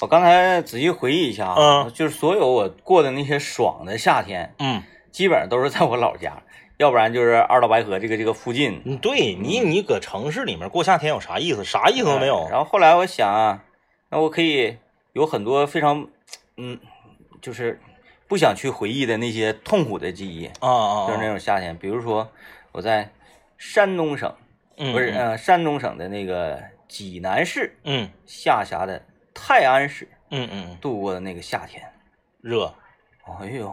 Speaker 1: 我刚才仔细回忆一下啊，
Speaker 2: 嗯
Speaker 1: 就是所有我过的那些爽的夏天，
Speaker 2: 嗯，
Speaker 1: 基本上都是在我老家，要不然就是二道白河这个这个附近。
Speaker 2: 嗯对你你搁城市里面过夏天有啥意思？啥意思都没有。
Speaker 1: 哎然后后来我想啊，那我可以有很多非常，嗯，就是不想去回忆的那些痛苦的记忆，
Speaker 2: 啊啊，
Speaker 1: 就是那
Speaker 2: 种
Speaker 1: 种夏天，比如说我在山东省，不是，呃，山东省的那个济南市
Speaker 2: 嗯
Speaker 1: 下辖的泰安市
Speaker 2: 嗯嗯嗯，
Speaker 1: 度过的那个夏天，
Speaker 2: 热
Speaker 1: 哎呦，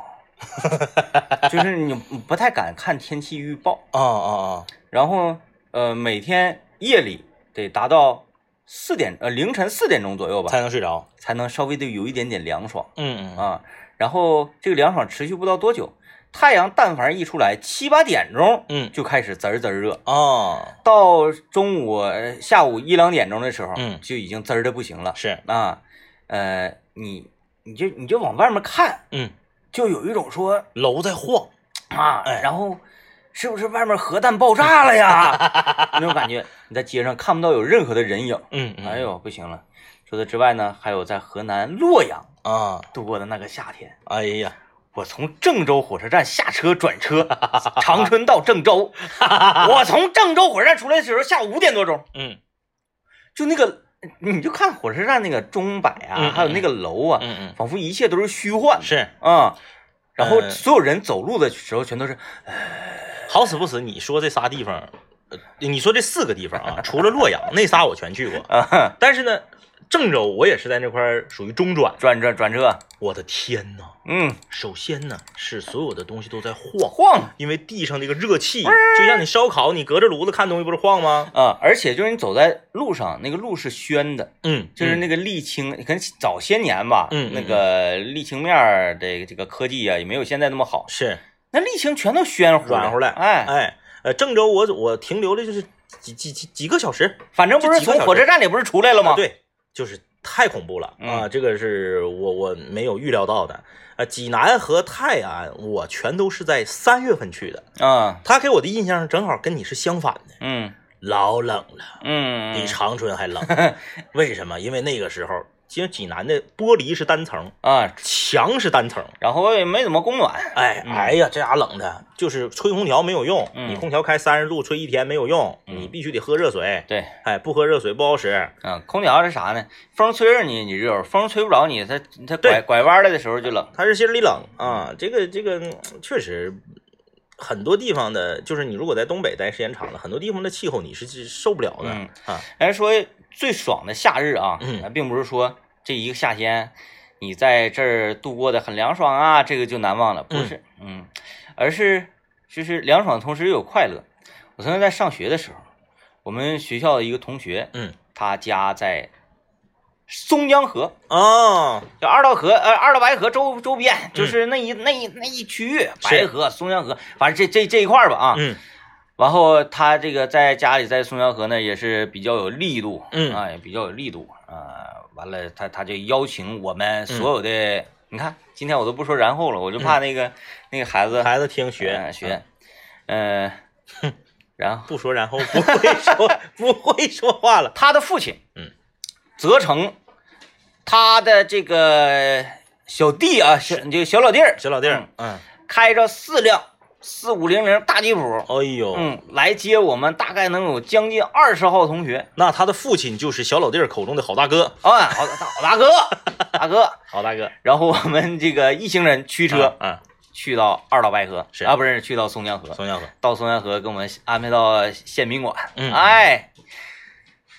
Speaker 1: 就是你不太敢看天气预报，
Speaker 2: 啊啊
Speaker 1: 然后呃，每天夜里得达到四点呃凌晨四点钟左右
Speaker 2: 啊，
Speaker 1: 吧，
Speaker 2: 才能睡着。
Speaker 1: 才能稍微的有一点点凉爽
Speaker 2: 嗯嗯
Speaker 1: 啊。然后这个凉爽持续不到多久，太阳但凡一出来，七八点钟
Speaker 2: 嗯
Speaker 1: 就开始滋儿滋儿热，
Speaker 2: 啊，
Speaker 1: 到中午呃下午一两点钟的时候，
Speaker 2: 嗯
Speaker 1: 就已经滋儿的不行了。
Speaker 2: 是，
Speaker 1: 啊，呃，你你就你就往外面看，
Speaker 2: 嗯，
Speaker 1: 就有一种说
Speaker 2: 楼在晃，
Speaker 1: 啊
Speaker 2: 哎，
Speaker 1: 然后是不是外面核弹爆炸了 呀？那种感觉，你在街上看不到有任何的人影。
Speaker 2: 嗯，嗯
Speaker 1: 哎呦，不行了。除此之外呢，还有在河南洛阳
Speaker 2: 啊，
Speaker 1: 度过的那个夏天，
Speaker 2: 哎呀，
Speaker 1: 我从郑州火车站下车转 车，长春到郑州。我从郑州火车站出来的时候，下午五点多钟，
Speaker 2: 嗯
Speaker 1: 就那个你就看火车站那个钟摆啊，
Speaker 2: 嗯
Speaker 1: 还有
Speaker 2: 嗯
Speaker 1: 那个楼啊，
Speaker 2: 嗯嗯，
Speaker 1: 仿佛一切都是虚幻的
Speaker 2: 是
Speaker 1: 啊、然后
Speaker 2: 呃
Speaker 1: 所有人走路的时候全都是，
Speaker 2: 好死不死，你说这仨地方，呃你说这四个地方啊，除了洛阳那仨我全去过，
Speaker 1: 啊，
Speaker 2: 但是呢，郑州我也是在那块儿属于中转，
Speaker 1: 转转转这，
Speaker 2: 我的天呐！
Speaker 1: 嗯，
Speaker 2: 首先呢，是所有的东西都在晃，
Speaker 1: 晃
Speaker 2: 因为地上这个热气，就像你烧烤，你隔着炉子看东西不是晃吗？
Speaker 1: 啊，而且就是你走在路上，那个路是宣的，
Speaker 2: 嗯，
Speaker 1: 就是那个沥青，可能早些年吧，
Speaker 2: 嗯嗯
Speaker 1: 那个沥青面儿的这个科技啊，也没有现在那么好，
Speaker 2: 是
Speaker 1: 那沥青全都暄乎
Speaker 2: 软乎了，
Speaker 1: 了，哎，
Speaker 2: 哎，呃，郑州我我停留的就是几几几几个小时，
Speaker 1: 反正不是
Speaker 2: 这几个
Speaker 1: 从
Speaker 2: 小时啊
Speaker 1: 火车站里不是出来了吗？，
Speaker 2: 对，就是太恐怖了、啊！
Speaker 1: 嗯
Speaker 2: 这个是我我没有预料到的。呃，济南和泰安我全都是在三月份去的，
Speaker 1: 啊，
Speaker 2: 他给我的印象正好跟你是相反的，
Speaker 1: 嗯
Speaker 2: 老冷了，
Speaker 1: 嗯，
Speaker 2: 比长 春还冷。为什么？因为那个时候，其实济南的玻璃是单层，
Speaker 1: 啊，
Speaker 2: 墙是单层。
Speaker 1: 然后也没怎么供暖，
Speaker 2: 哎，
Speaker 1: 嗯
Speaker 2: 哎呀，这家冷的，就是吹空调没有用，
Speaker 1: 嗯
Speaker 2: 你空调开三十度吹一天没有用，你必须得喝热水。
Speaker 1: 对，
Speaker 2: 哎，不喝热水不好使。
Speaker 1: 啊，空调是啥呢？风吹着你，你热；风吹不着你，它它拐
Speaker 2: 对
Speaker 1: 拐弯来的时候就冷。
Speaker 2: 他是心里冷啊，这个这个嗯确实，很多地方的，就是你如果在东北待时间长了，很多地方的气候你是是受不了的、
Speaker 1: 嗯
Speaker 2: 啊。
Speaker 1: 人说最爽的夏日啊，
Speaker 2: 嗯
Speaker 1: 咱并不是说这一个夏天你在这儿度过的很凉爽啊，这个就难忘了，不是，嗯，而是就是凉爽，同时又有快乐。我曾经在上学的时候，我们学校的一个同学，
Speaker 2: 嗯
Speaker 1: 他家在松江河，
Speaker 2: 哦，
Speaker 1: 就二道河，呃，二道白河周周
Speaker 2: 嗯
Speaker 1: 边，就是那一、那一那一区域，白河、松江河，反正这这这一块儿吧啊。
Speaker 2: 嗯
Speaker 1: 然后他这个在家里在松江河呢也是比较有力度，
Speaker 2: 嗯
Speaker 1: 啊也比较有力度啊。完了他他就邀请我
Speaker 2: 嗯
Speaker 1: 们所有的，你看今天我都不说然后了，我就怕那个、那个孩子
Speaker 2: 孩子嗯听学、啊
Speaker 1: 呃学，呃，然后
Speaker 2: 不说，然后不会说 不会说话了。
Speaker 1: 他的父亲，
Speaker 2: 嗯，
Speaker 1: 责成他的这个小弟啊，小就小老弟儿，
Speaker 2: 小老弟儿，嗯，
Speaker 1: 开着四辆四五零零大吉普，
Speaker 2: 哎呦，
Speaker 1: 嗯，来接我们，大概能有将近二十号同学
Speaker 2: 那他的父亲就是小老弟儿口中的好大哥，
Speaker 1: 啊，好大好 大哥，大哥，
Speaker 2: 好大哥，
Speaker 1: 然后我们这个一行人驱车
Speaker 2: 啊，
Speaker 1: 去到二道白河，
Speaker 2: 是
Speaker 1: 啊，不是去到松江
Speaker 2: 嗯
Speaker 1: 河，
Speaker 2: 松江河，
Speaker 1: 到松江河给我们安排到县宾馆，
Speaker 2: 嗯
Speaker 1: 哎，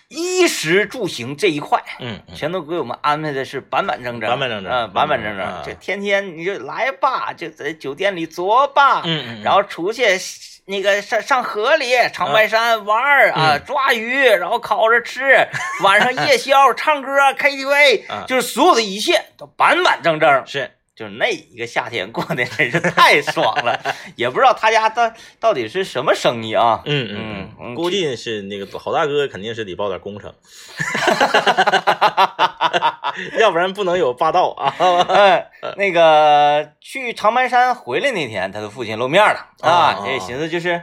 Speaker 1: 衣食住行这一块。
Speaker 2: 嗯嗯
Speaker 1: 全都给我们安排的是板板正正，
Speaker 2: 板板正正
Speaker 1: 嗯，板板正
Speaker 2: 嗯
Speaker 1: 正
Speaker 2: 嗯。
Speaker 1: 这天天你就来吧，就在酒店里坐吧，
Speaker 2: 嗯嗯，
Speaker 1: 然后出去那个上上河里长白山玩儿啊，
Speaker 2: 嗯
Speaker 1: 抓鱼，然后烤着吃，晚上夜宵、唱歌、KTV，
Speaker 2: 嗯
Speaker 1: 就是所有的一切都板板正正。
Speaker 2: 是
Speaker 1: 就是那一个夏天过得真是太爽了， 也不知道他家到到底是什么生意 啊？
Speaker 2: 嗯
Speaker 1: 嗯
Speaker 2: 嗯
Speaker 1: 嗯
Speaker 2: 嗯，估计是那个好大哥肯定是得报点工 程，要不然不能有霸道啊。
Speaker 1: 嗯，那个去长白山回来那天，他的父亲露面了啊
Speaker 2: 啊，
Speaker 1: 这寻思就是，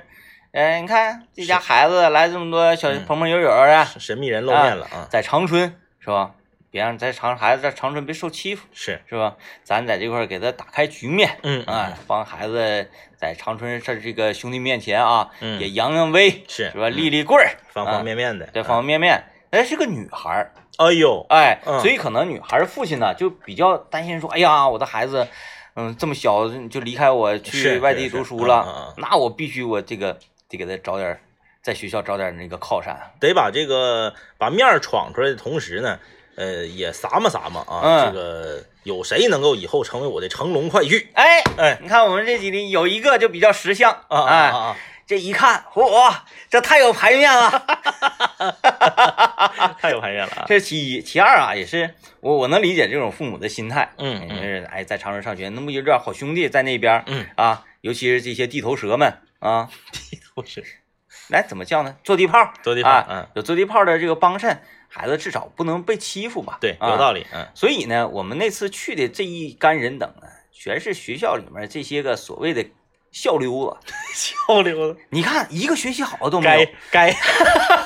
Speaker 1: 嗯，你看这家孩子来这么多小
Speaker 2: 嗯
Speaker 1: 朋朋友啊友的，
Speaker 2: 神秘人露面了啊，
Speaker 1: 在长春是吧？别让在长孩子在长春别受欺负
Speaker 2: 是，
Speaker 1: 是吧？咱在这块儿给他打开局面
Speaker 2: 嗯
Speaker 1: 啊，帮孩子在长春这这个兄弟面前啊，
Speaker 2: 嗯
Speaker 1: 也扬扬威
Speaker 2: 是嗯
Speaker 1: 是吧？立立棍儿，
Speaker 2: 方方面面的，啊
Speaker 1: 这方方面面。哎，是个女孩儿，
Speaker 2: 哎呦，
Speaker 1: 哎，
Speaker 2: 嗯
Speaker 1: 所以可能女孩儿父亲呢就比较担心说，哎呀，我的孩子，嗯，这么小就离开我去
Speaker 2: 是
Speaker 1: 外地
Speaker 2: 是是
Speaker 1: 读书了，
Speaker 2: 嗯嗯嗯
Speaker 1: 那我必须我这个得给他找点儿，在学校找点儿那个靠山，
Speaker 2: 得把这个把面儿闯出来的同时呢，呃，也撒嘛撒嘛啊，
Speaker 1: 嗯
Speaker 2: 这个有谁能够以后成为我的乘龙快婿？
Speaker 1: 哎。
Speaker 2: 哎
Speaker 1: 你看我们这几里有一个就比较识相
Speaker 2: 啊啊
Speaker 1: 哎
Speaker 2: 啊啊！
Speaker 1: 这一看，嚯，这太有排面了。
Speaker 2: 太有排面了啊。
Speaker 1: 这是其一，其二啊，也是我我能理解这种父母的心态，
Speaker 2: 嗯
Speaker 1: 就
Speaker 2: 嗯
Speaker 1: 是哎，在长春上学，那不有点好兄弟在那边儿
Speaker 2: 嗯，
Speaker 1: 啊，尤其是这些地头蛇们啊，
Speaker 2: 不是
Speaker 1: 来怎么叫呢？坐地炮，啊
Speaker 2: 坐地方，嗯，
Speaker 1: 有坐地炮的这个帮衬，孩子至少不能被欺负吧？
Speaker 2: 对，
Speaker 1: 啊
Speaker 2: 有道理，嗯
Speaker 1: 所以呢，我们那次去的这一干人等呢，全是学校里面这些个所谓的校溜子。
Speaker 2: 笑溜达，
Speaker 1: 你看，一个学习好的都没
Speaker 2: 该
Speaker 1: 有，
Speaker 2: 该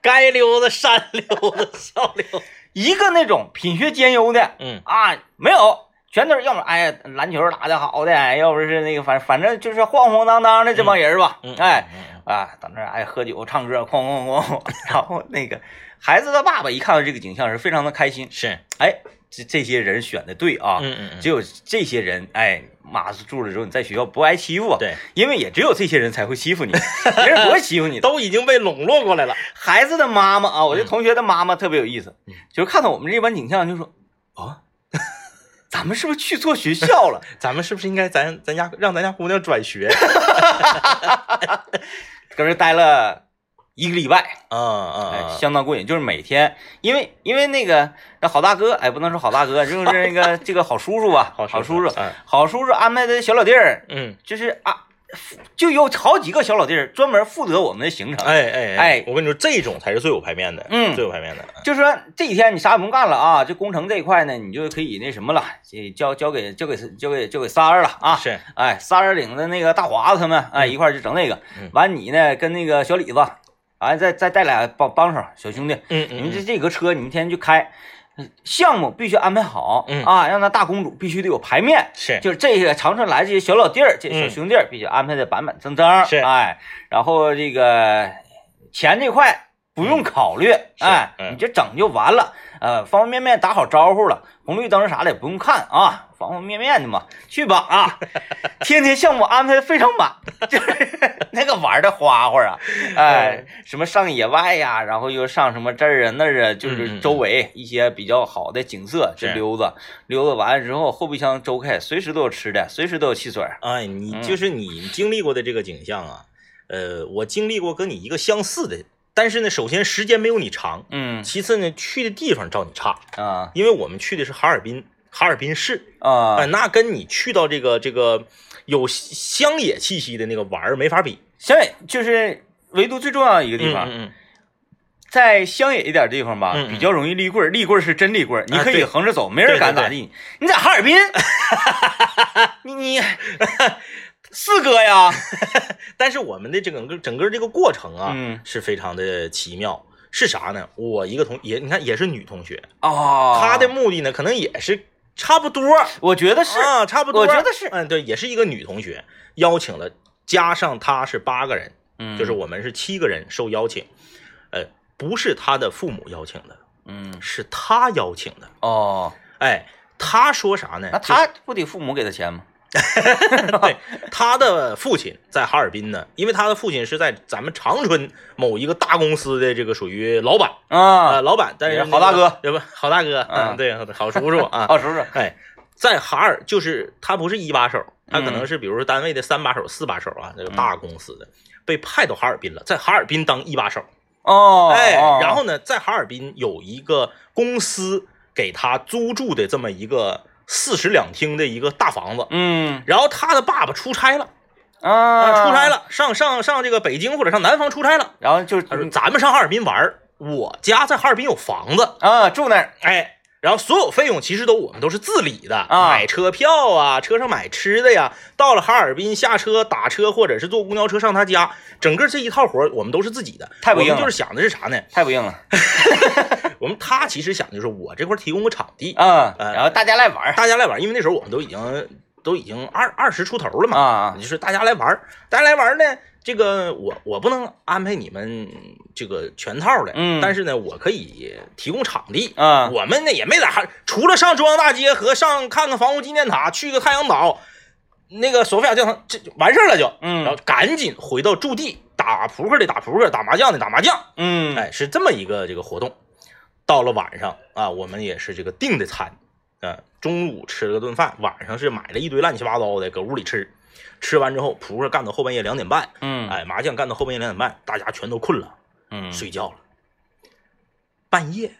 Speaker 2: 该溜达山溜 达笑溜达，
Speaker 1: 一个那种品学兼优的
Speaker 2: 嗯
Speaker 1: 啊，没有，全都是要么哎呀篮球打得好的，要不是那个反反正就是晃晃荡荡的这帮人吧，
Speaker 2: 嗯，
Speaker 1: 哎
Speaker 2: 嗯，嗯
Speaker 1: 啊，等那儿哎喝酒唱歌，哐哐哐哐， 然后那个孩子的爸爸一看到这个景象是非常的开心，
Speaker 2: 是，
Speaker 1: 哎，这这些人选的对啊，
Speaker 2: 嗯嗯嗯，
Speaker 1: 只有这些人，哎，妈住了之后，你在学校不挨欺负，，啊
Speaker 2: 对，
Speaker 1: 因为也只有这些人才会欺 负你，别人不会欺负你的。
Speaker 2: 都已经被笼络过来了，
Speaker 1: 孩子的妈妈啊，我这同学的妈妈特别有意思，
Speaker 2: 嗯
Speaker 1: 就是看到我们这班景象就说啊， 咱们是不是去错学校 了？
Speaker 2: 咱们是不是应该咱咱家让咱家姑娘转 学？
Speaker 1: 搁这待了一个礼拜，
Speaker 2: 嗯
Speaker 1: 哎，
Speaker 2: 嗯，
Speaker 1: 相当过瘾，就是每天，因为因为那个那好大哥，哎，不能说好大 哥，就是那个这个好叔叔吧，好叔叔，
Speaker 2: 嗯
Speaker 1: 好叔叔安排的小老弟儿，
Speaker 2: 嗯，
Speaker 1: 就是啊，就有好几个小老弟儿专门负责我们的行程。
Speaker 2: 哎哎
Speaker 1: 哎
Speaker 2: 我跟你说，这种才是最有排面的，
Speaker 1: 嗯
Speaker 2: 最有排面的，
Speaker 1: 就说这几天你啥也不用干了啊，这工程这一块呢，你就可以那什么了，这交交给交给交给交给仨人了啊。
Speaker 2: 是，
Speaker 1: 哎，仨人领着那个大华子他们，哎，一块儿去整那个
Speaker 2: 嗯。
Speaker 1: 完你呢，跟那个小李子，完、再再带俩帮帮手小兄弟，
Speaker 2: 嗯
Speaker 1: 你们这
Speaker 2: 嗯，
Speaker 1: 这个车你们天天就开，项目必须安排好、
Speaker 2: 嗯
Speaker 1: 啊，让那大公主必须得有排面。
Speaker 2: 是，
Speaker 1: 就是这个长春来这些小老弟儿、这小
Speaker 2: 嗯
Speaker 1: 兄弟儿，必须安排的板板正正，
Speaker 2: 是
Speaker 1: 哎，然后这个钱这块不用考虑，
Speaker 2: 是
Speaker 1: 哎，
Speaker 2: 嗯
Speaker 1: 你就整就完了，呃，方方面面打好招呼了，红绿灯啥的也不用看啊，方方面面的嘛，去吧 啊，天天项目安排的非常满，就是那个玩的花花啊，
Speaker 2: 嗯
Speaker 1: 哎，什么上野外呀、然后又上什么这儿啊那儿啊，就
Speaker 2: 嗯嗯
Speaker 1: 是
Speaker 2: 嗯
Speaker 1: 周围一些比较好的景色去
Speaker 2: 是
Speaker 1: 溜达，溜达完之后，后备箱周开，随时都有吃的，随时都有汽水儿。
Speaker 2: 哎，你就是你经历过的这个景象啊，呃，我经历过跟你一个相似的，但是呢，首先时间没有你长，
Speaker 1: 嗯
Speaker 2: 其次呢，去的地方照你差，
Speaker 1: 啊
Speaker 2: 因为我们去的是哈尔滨，哈尔滨市，哎，
Speaker 1: 啊，
Speaker 2: 那跟你去到这个这个有乡野气息的那个玩儿没法比，
Speaker 1: 乡野就是唯独最重要的一个地方，
Speaker 2: 嗯
Speaker 1: 在乡野一点地方吧，
Speaker 2: 嗯嗯
Speaker 1: 比较容易立棍儿，立棍儿是真立棍儿，你
Speaker 2: 啊
Speaker 1: 可以
Speaker 2: 对
Speaker 1: 横着走，没人敢
Speaker 2: 对对
Speaker 1: 咋地你。你在哈尔 滨，你你四哥呀，
Speaker 2: 但是我们的整个整个这个过程啊，
Speaker 1: 嗯
Speaker 2: 是非常的奇妙。是啥呢？我一个同也，你看也是女同学，
Speaker 1: 哦，
Speaker 2: 她的目的呢，可能也是差不多，
Speaker 1: 我觉得是，
Speaker 2: 啊，差不多，
Speaker 1: 我觉得是
Speaker 2: 嗯，对，也是一个女同学邀请了，加上她是八个人，
Speaker 1: 嗯
Speaker 2: 就是我们是七个人受邀请，呃，不是她的父母邀请的，
Speaker 1: 嗯
Speaker 2: 是她邀请的。
Speaker 1: 哦，
Speaker 2: 哎，她说啥呢？
Speaker 1: 那他不得父母给他钱吗？
Speaker 2: 对，他的父亲在哈尔滨呢，因为他的父亲是在咱们长春某一个大公司的这个属于老板啊、
Speaker 1: 啊，
Speaker 2: 老板，但是
Speaker 1: 也是好大哥，
Speaker 2: 对吧？好大哥，
Speaker 1: 啊
Speaker 2: 嗯，对，好叔叔 啊，
Speaker 1: 哦，是不是？
Speaker 2: 哎，在哈尔就是他不是一把手，他可
Speaker 1: 嗯
Speaker 2: 能是比如说单位的三把手、四把手啊，那个大公司的。被派到哈尔滨了，在哈尔滨当一把手，
Speaker 1: 哦，
Speaker 2: 哎，
Speaker 1: 哦
Speaker 2: 然后呢，在哈尔滨有一个公司给他租住的这么一个四室两厅的一个大房子，
Speaker 1: 嗯
Speaker 2: 然后他的爸爸出差了，
Speaker 1: 啊，
Speaker 2: 啊，出差，了，上上上这个北京或者上南方出差了。
Speaker 1: 然后就
Speaker 2: 他说咱们上哈尔滨玩儿，我家在哈尔滨有房子，
Speaker 1: 啊住那儿，
Speaker 2: 哎，然后所有费用其实都我们都是自理的，
Speaker 1: 啊
Speaker 2: 买车票啊，车上买吃的呀，到了哈尔滨下车打车或者是坐公交车上他家，整个这一套活儿我们都是自己的。
Speaker 1: 太不
Speaker 2: 我
Speaker 1: 硬
Speaker 2: 们
Speaker 1: 了
Speaker 2: 就是想的是啥呢？
Speaker 1: 太不硬了，
Speaker 2: 我们他其实想的就是我这块儿提供个场地，
Speaker 1: 嗯，
Speaker 2: 呃
Speaker 1: 然后大家来玩儿
Speaker 2: 大家来玩儿，因为那时候我们都已经都已经二二十出头了嘛，
Speaker 1: 啊，
Speaker 2: 就是大家来玩儿，大家来玩儿呢，这个我我不能安排你们这个全套的，
Speaker 1: 嗯
Speaker 2: 但是呢，我可以提供场地。
Speaker 1: 啊
Speaker 2: 我们呢也没咋哈，除了上中央大街和上看看防空纪念塔，去个太阳岛，那个索菲亚教堂，这就完事儿了就，
Speaker 1: 嗯
Speaker 2: 然后赶紧回到驻地，打扑克的打扑克，打麻将的打麻将，
Speaker 1: 嗯，
Speaker 2: 哎，是这么一个这个活动。到了晚上啊，我们也是这个订的餐，啊，中午吃了个顿饭，晚上是买了一堆乱七八糟的，搁屋里吃。吃完之后，扑克干到后半夜两点半，
Speaker 1: 嗯
Speaker 2: 哎，麻将干到后半夜两点半，大家全都困了，
Speaker 1: 嗯，
Speaker 2: 睡觉了。半夜，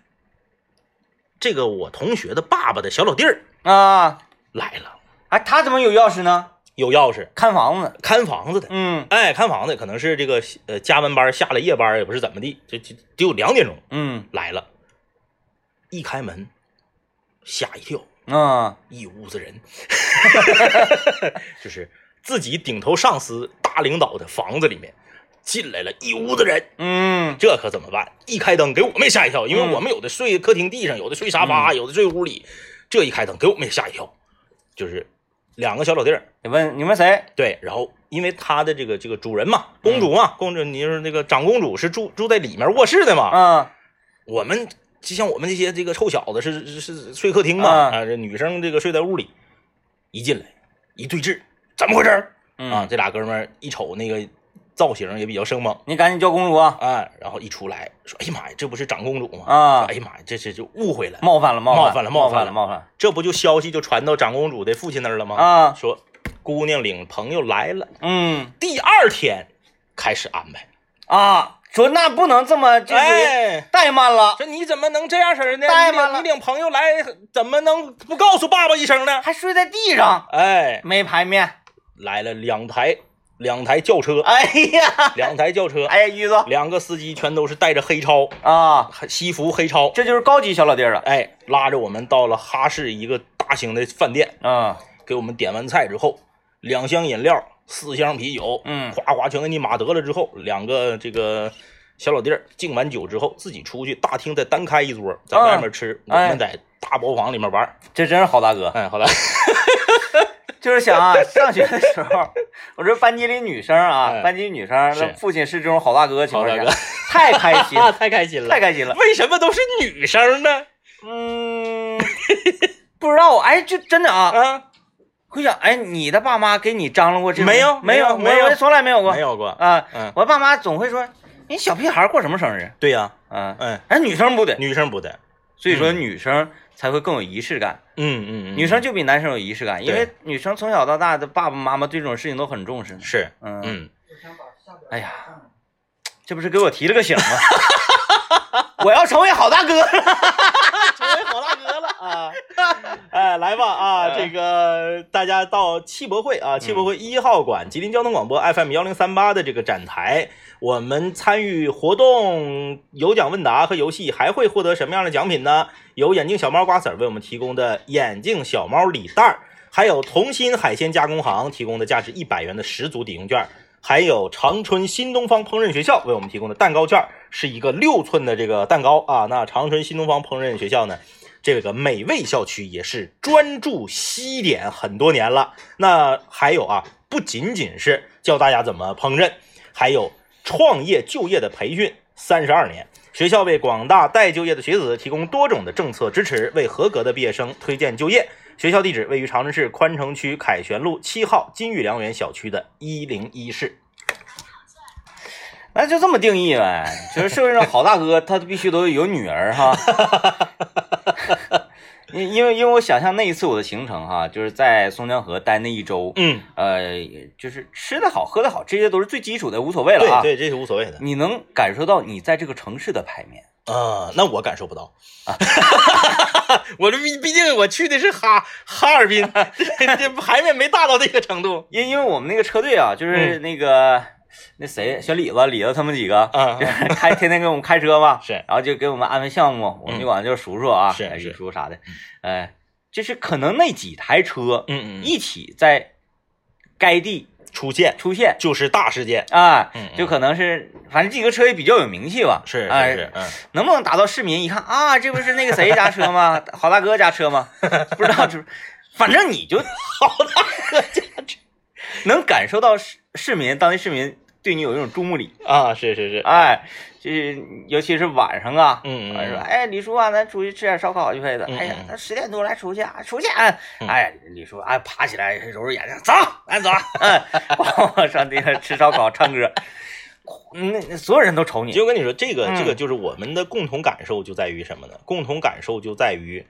Speaker 2: 这个我同学的爸爸的小老弟儿
Speaker 1: 啊，
Speaker 2: 来了，
Speaker 1: 哎，他怎么有钥匙呢？
Speaker 2: 有钥匙，
Speaker 1: 看房子，
Speaker 2: 看房子的，
Speaker 1: 嗯
Speaker 2: 哎，看房子可能是这个呃加班班下了夜班，也不是怎么地，就就就两点钟
Speaker 1: 嗯
Speaker 2: 来了，一开门吓一跳，
Speaker 1: 啊，
Speaker 2: 一屋子人， 就是自己顶头上司大领导的房子里面进来了一屋子人，
Speaker 1: 嗯
Speaker 2: 这可怎么办？一开灯给我们也吓一跳，因
Speaker 1: 嗯
Speaker 2: 为我们有的睡客厅地上，有的睡沙发，有的睡屋里，这一开灯给我们也吓一跳，就是两个小老弟儿，
Speaker 1: 你问你问谁？
Speaker 2: 对，然后因为他的这个这个主人嘛，公主
Speaker 1: 嗯
Speaker 2: 嘛，公主，你就是那个长公主是住住在里面卧室的嘛，
Speaker 1: 啊，
Speaker 2: 我们就像我们这些这个臭小子是是是睡客厅嘛，
Speaker 1: 啊
Speaker 2: 啊，这女生这个睡在屋里，一进来一对峙，怎么回事儿？啊，
Speaker 1: 嗯，
Speaker 2: 这俩哥们儿一瞅那个造型也比较生猛，
Speaker 1: 你赶紧叫公主啊，
Speaker 2: 哎，然后一出来说，哎呀妈呀，这不是长公主吗？
Speaker 1: 啊
Speaker 2: 说哎呀妈呀，这这就误会了，
Speaker 1: 冒犯了，冒
Speaker 2: 冒犯
Speaker 1: 了，
Speaker 2: 了
Speaker 1: 冒
Speaker 2: 冒犯
Speaker 1: 了，
Speaker 2: 了
Speaker 1: 冒犯
Speaker 2: 这不就消息就传到长公主的父亲那儿了吗？
Speaker 1: 了，啊，
Speaker 2: 说姑娘领朋友来了，
Speaker 1: 嗯
Speaker 2: 第二天开始安排，
Speaker 1: 啊，说那不能这么就是
Speaker 2: 哎。
Speaker 1: 怠慢了，
Speaker 2: 说你怎么能这样式儿呢？
Speaker 1: 怠
Speaker 2: 你
Speaker 1: 慢
Speaker 2: 领
Speaker 1: 了
Speaker 2: 你领朋友来，怎么能不告诉爸爸一声呢？
Speaker 1: 还睡在地上，
Speaker 2: 哎，
Speaker 1: 没排面，
Speaker 2: 来了两台两台轿车，
Speaker 1: 哎呀，
Speaker 2: 两台轿车，
Speaker 1: 哎呀，于子
Speaker 2: 两个司机全都是带着黑超
Speaker 1: 啊，
Speaker 2: 西服黑超，
Speaker 1: 这就是高级小老弟儿了，
Speaker 2: 哎，拉着我们到了哈市一个大型的饭店，
Speaker 1: 啊，
Speaker 2: 给我们点完菜之后，两箱饮料，四箱啤酒，
Speaker 1: 嗯
Speaker 2: 哗哗全给你码得了之后，两个这个。小老弟儿敬完酒之后，自己出去大厅再单开一桌，在
Speaker 1: 啊
Speaker 2: 外面吃，我
Speaker 1: 哎
Speaker 2: 们在大包房里面玩儿。
Speaker 1: 这真是好大 哥。
Speaker 2: 哎，好了，
Speaker 1: 就是想啊，上学的时 候，我这班级里女生啊，
Speaker 2: 哎
Speaker 1: 班级女生，
Speaker 2: 是
Speaker 1: 那父亲是这种好大哥的情况下
Speaker 2: 好大哥，
Speaker 1: 太开 心，
Speaker 2: 啊
Speaker 1: 了，
Speaker 2: 太开心了，
Speaker 1: 太开心了。
Speaker 2: 为什么都是女生呢？
Speaker 1: 嗯，不知道，哎，就真的啊，
Speaker 2: 啊，
Speaker 1: 回想，哎，你的爸妈给你张罗过这种
Speaker 2: 没有
Speaker 1: 没
Speaker 2: 没有
Speaker 1: 我
Speaker 2: 没有
Speaker 1: 我从来没有过，
Speaker 2: 没有过。
Speaker 1: 啊，
Speaker 2: 嗯，
Speaker 1: 我爸妈总会说，你小屁孩过什么生日
Speaker 2: 对呀，
Speaker 1: 啊？
Speaker 2: 嗯，
Speaker 1: 哎，女生不得，
Speaker 2: 女生不的。
Speaker 1: 所以说
Speaker 2: 嗯
Speaker 1: 女生才会更有仪式感，
Speaker 2: 嗯嗯嗯，
Speaker 1: 女生就比男生有仪式感，因为
Speaker 2: 对
Speaker 1: 女生从小到大的爸爸妈妈对这种事情都很重视呢。
Speaker 2: 是，
Speaker 1: 嗯
Speaker 2: 嗯，
Speaker 1: 哎呀，这不是给我提了个醒吗？ 我要成为好大哥 了。
Speaker 2: 成为好大哥了啊！哎，来吧啊，
Speaker 1: 哎
Speaker 2: 这个大家到汽博会啊，汽博会一号馆，吉林交通广播 FM 幺零三八的这个展台，我们参与活动有奖问答和游戏，还会获得什么样的奖品呢？有眼镜小猫瓜子儿为我们提供的眼镜小猫礼袋儿，还有同心海鲜加工行提供的价值一百元的十足抵用券儿，还有长春新东方烹饪学校为我们提供的蛋糕券儿，是一个六寸的这个蛋糕啊。那长春新东方烹饪学校呢，这个美味校区也是专注西点很多年了。那还有啊，不仅仅是教大家怎么烹饪，还有创业就业的培训三十二年。学校为广大待就业的学子提供多种的政策支持，为合格的毕业生推荐就业。学校地址位于长春市宽城区凯旋路七号金玉良园小区的一零一室。
Speaker 1: 那就这么定义呗，就是社会上好大哥，他必须都有女儿哈。 因因为因为我想象那一次我的行程哈，就是在松江河待那一周，
Speaker 2: 嗯，
Speaker 1: 呃，就是吃的好喝的好，这些都是最基础的，无所谓了
Speaker 2: 对
Speaker 1: 啊。
Speaker 2: 对，这是无所谓的。
Speaker 1: 你能感受到你在这个城市的排面，
Speaker 2: 啊、那我感受不到。
Speaker 1: 啊
Speaker 2: 我这毕毕竟我去的是哈哈尔滨， 这这排面没大到这个程度。
Speaker 1: 因因为我们那个车队啊，就是那个、那谁小李子、李子他们几个，
Speaker 2: 嗯啊、
Speaker 1: 就是开 天天给我们开车嘛，
Speaker 2: 是嗯
Speaker 1: 然后就给我们安排项目，我们就管他叫叔叔啊，
Speaker 2: 是
Speaker 1: 哎
Speaker 2: 是嗯
Speaker 1: 叔叔啥的，哎，就是可能那几台车
Speaker 2: 嗯嗯嗯，
Speaker 1: 一起在该地
Speaker 2: 出现
Speaker 1: 出现
Speaker 2: 就是大事件。
Speaker 1: 啊
Speaker 2: 嗯，嗯
Speaker 1: 就可能是反正这个车也比较有名气吧，
Speaker 2: 是
Speaker 1: 哎
Speaker 2: 是是，嗯，
Speaker 1: 能不能达到市民一看啊，这不是那个谁家车 吗？好大哥家车吗？不知道，就是反正你就好大哥家车，能感受到市市民当地市民对你有一种注目礼，
Speaker 2: 啊，是是是，
Speaker 1: 哎，就是尤其是晚上啊，
Speaker 2: 嗯嗯
Speaker 1: 晚上说
Speaker 2: 嗯
Speaker 1: 哎李叔啊，咱出去吃点烧烤去呗的，
Speaker 2: 嗯
Speaker 1: 哎呀
Speaker 2: 嗯，
Speaker 1: 那十点多来出去啊，出去啊，哎李叔哎爬起来揉揉眼睛，走，咱走，嗯，我上那个吃烧烤唱歌，那那所有人都瞅你，
Speaker 2: 就跟你说，这个
Speaker 1: 嗯
Speaker 2: 这个就是我们的共同感受就在于什么呢？共同感受就在于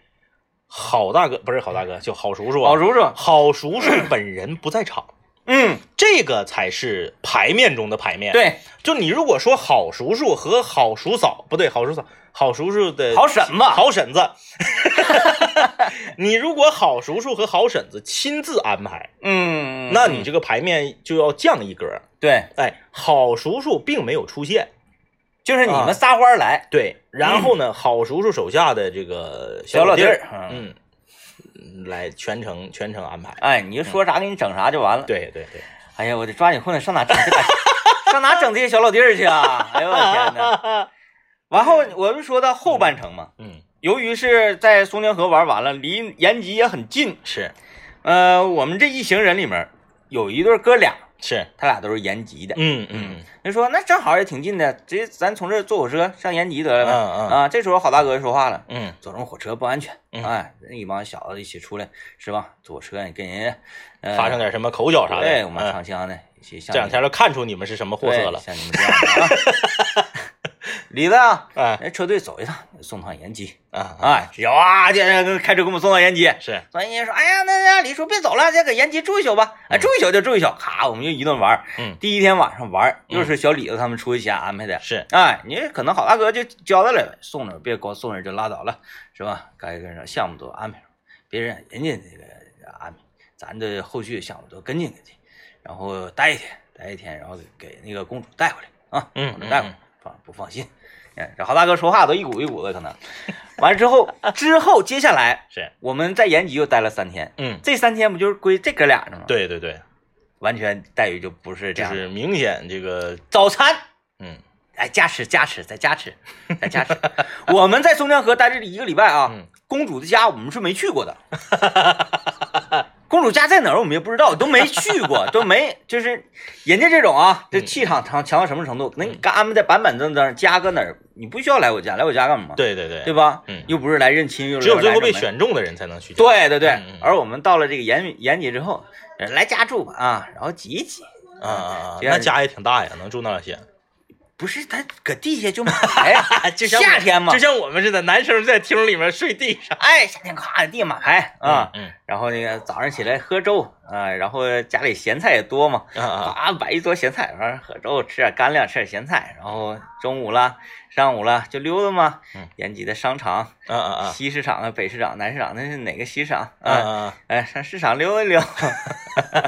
Speaker 2: 好大哥不是好大哥，就好叔叔啊，
Speaker 1: 老叔叔，
Speaker 2: 好叔叔本人不在场，
Speaker 1: 嗯，
Speaker 2: 这个才是牌面中的牌面。，
Speaker 1: 对，
Speaker 2: 就你如果说好叔叔和好叔嫂，不对，好叔嫂、好叔叔的
Speaker 1: 好婶子，
Speaker 2: 好婶子， 你如果好叔叔和好婶子亲自安排，
Speaker 1: 嗯，
Speaker 2: 那你这个牌面就要降一格。
Speaker 1: 对，
Speaker 2: 哎，好叔叔并没有出现，
Speaker 1: 就是你
Speaker 2: 啊
Speaker 1: 们撒欢儿来，
Speaker 2: 对，然后呢，好叔叔手下的这个
Speaker 1: 嗯小老
Speaker 2: 老
Speaker 1: 弟
Speaker 2: 儿，
Speaker 1: 儿，嗯，
Speaker 2: 嗯，来全程全程安排。
Speaker 1: 哎，你就说啥给你整啥就完了。
Speaker 2: 嗯对对 对，
Speaker 1: 哎呀，我得抓紧混，上哪整 这个上哪整这些小老弟儿去啊？哎呦我的天哪！然后我们说到后半程嘛，
Speaker 2: 嗯，
Speaker 1: 由于是在松江河玩完了，离延吉也很近，
Speaker 2: 是
Speaker 1: 呃，我们这一行人里面有一对哥俩，
Speaker 2: 是，
Speaker 1: 他俩都是延吉的。
Speaker 2: 嗯嗯
Speaker 1: 人说那正好也挺近的，直接咱从这儿坐火车上延吉得了呗。
Speaker 2: 嗯嗯
Speaker 1: 啊，这时候郝大哥就说话了。
Speaker 2: 嗯
Speaker 1: 坐这种火车不安全，
Speaker 2: 嗯
Speaker 1: 哎，那一帮小子一起出来是吧？坐车你跟人家、呃、
Speaker 2: 嗯，发生点什么口角啥的，
Speaker 1: 对我们
Speaker 2: 嗯
Speaker 1: 长江的，这
Speaker 2: 这两天都看出你们是什么货色了，
Speaker 1: 像你们这样的啊。 李子啊，
Speaker 2: 哎
Speaker 1: 人车队走一趟，送趟延吉
Speaker 2: 啊啊，
Speaker 1: 啊，有啊，这这开车给我们送到延吉。
Speaker 2: 是，
Speaker 1: 所以人家说，哎呀，那那李叔别走了，先搁延吉住一宿吧。哎，
Speaker 2: 嗯
Speaker 1: 住一宿就住一宿，咔，我们就一顿玩儿。
Speaker 2: 嗯
Speaker 1: 第一天晚上玩儿，
Speaker 2: 嗯
Speaker 1: 又是小李子他们出去瞎安排的。
Speaker 2: 是，
Speaker 1: 哎，你可能好大哥就交代了，送着别光送着就拉倒了，是吧？该跟上项目都安排上，别人人家那个安排，咱这后续项目都跟进跟进，然后待一天，待一天，然后给那个公主带回来啊，
Speaker 2: 嗯
Speaker 1: 公主
Speaker 2: 嗯
Speaker 1: 带回
Speaker 2: 嗯
Speaker 1: 来，放不放心？哎，这好大哥说话都一股一股的，可能。完了之后，之后接下来
Speaker 2: 是，
Speaker 1: 我们在延吉又待了三天，
Speaker 2: 嗯，
Speaker 1: 这三天不就是归这哥俩的吗？，
Speaker 2: 对对对，
Speaker 1: 完全待遇就不是这
Speaker 2: 就
Speaker 1: 样。
Speaker 2: 是明显这个，
Speaker 1: 早餐
Speaker 2: 嗯
Speaker 1: 哎，加持加持，再加持，再加持。我们在松江河待这一个礼拜啊，
Speaker 2: 嗯
Speaker 1: 公主的家我们是没去过的。公主家在哪儿我们也不知道，都没去过，都没就是人家这种啊，
Speaker 2: 嗯
Speaker 1: 这气场强强到什么程度？能给安排在板板正正，家搁哪儿？你不需要来我家，来我家干嘛？
Speaker 2: 对对对，
Speaker 1: 对吧？
Speaker 2: 嗯
Speaker 1: 又不是来认亲，又不
Speaker 2: 只
Speaker 1: 是
Speaker 2: 有
Speaker 1: 来
Speaker 2: 最后被
Speaker 1: 整容。
Speaker 2: 选中的人才能去，，
Speaker 1: 对对对
Speaker 2: 嗯嗯，
Speaker 1: 而我们到了这个延延吉之后，呃来家住吧啊，然后挤一挤，
Speaker 2: 啊啊啊，
Speaker 1: 这样
Speaker 2: 那家也挺大呀，能住那些，，
Speaker 1: 不是他搁地下就埋呀
Speaker 2: 就像我
Speaker 1: 夏天嘛，
Speaker 2: 就像我们似的，男生在厅里面睡地上，
Speaker 1: 哎，夏天咔地马牌啊，
Speaker 2: 嗯
Speaker 1: 然后那个早上起来喝粥啊，然后家里咸菜也多嘛，
Speaker 2: 嗯啊啊，
Speaker 1: 啊，摆一桌咸菜，完了喝粥，吃点干粮，吃点咸菜，然后中午了，上午了就溜达嘛
Speaker 2: 嗯，
Speaker 1: 延吉的商场、
Speaker 2: 啊啊啊。
Speaker 1: 西市场啊、北市场、南市场，那是哪个西市场 啊？
Speaker 2: 啊啊！
Speaker 1: 哎，上市场溜达 溜达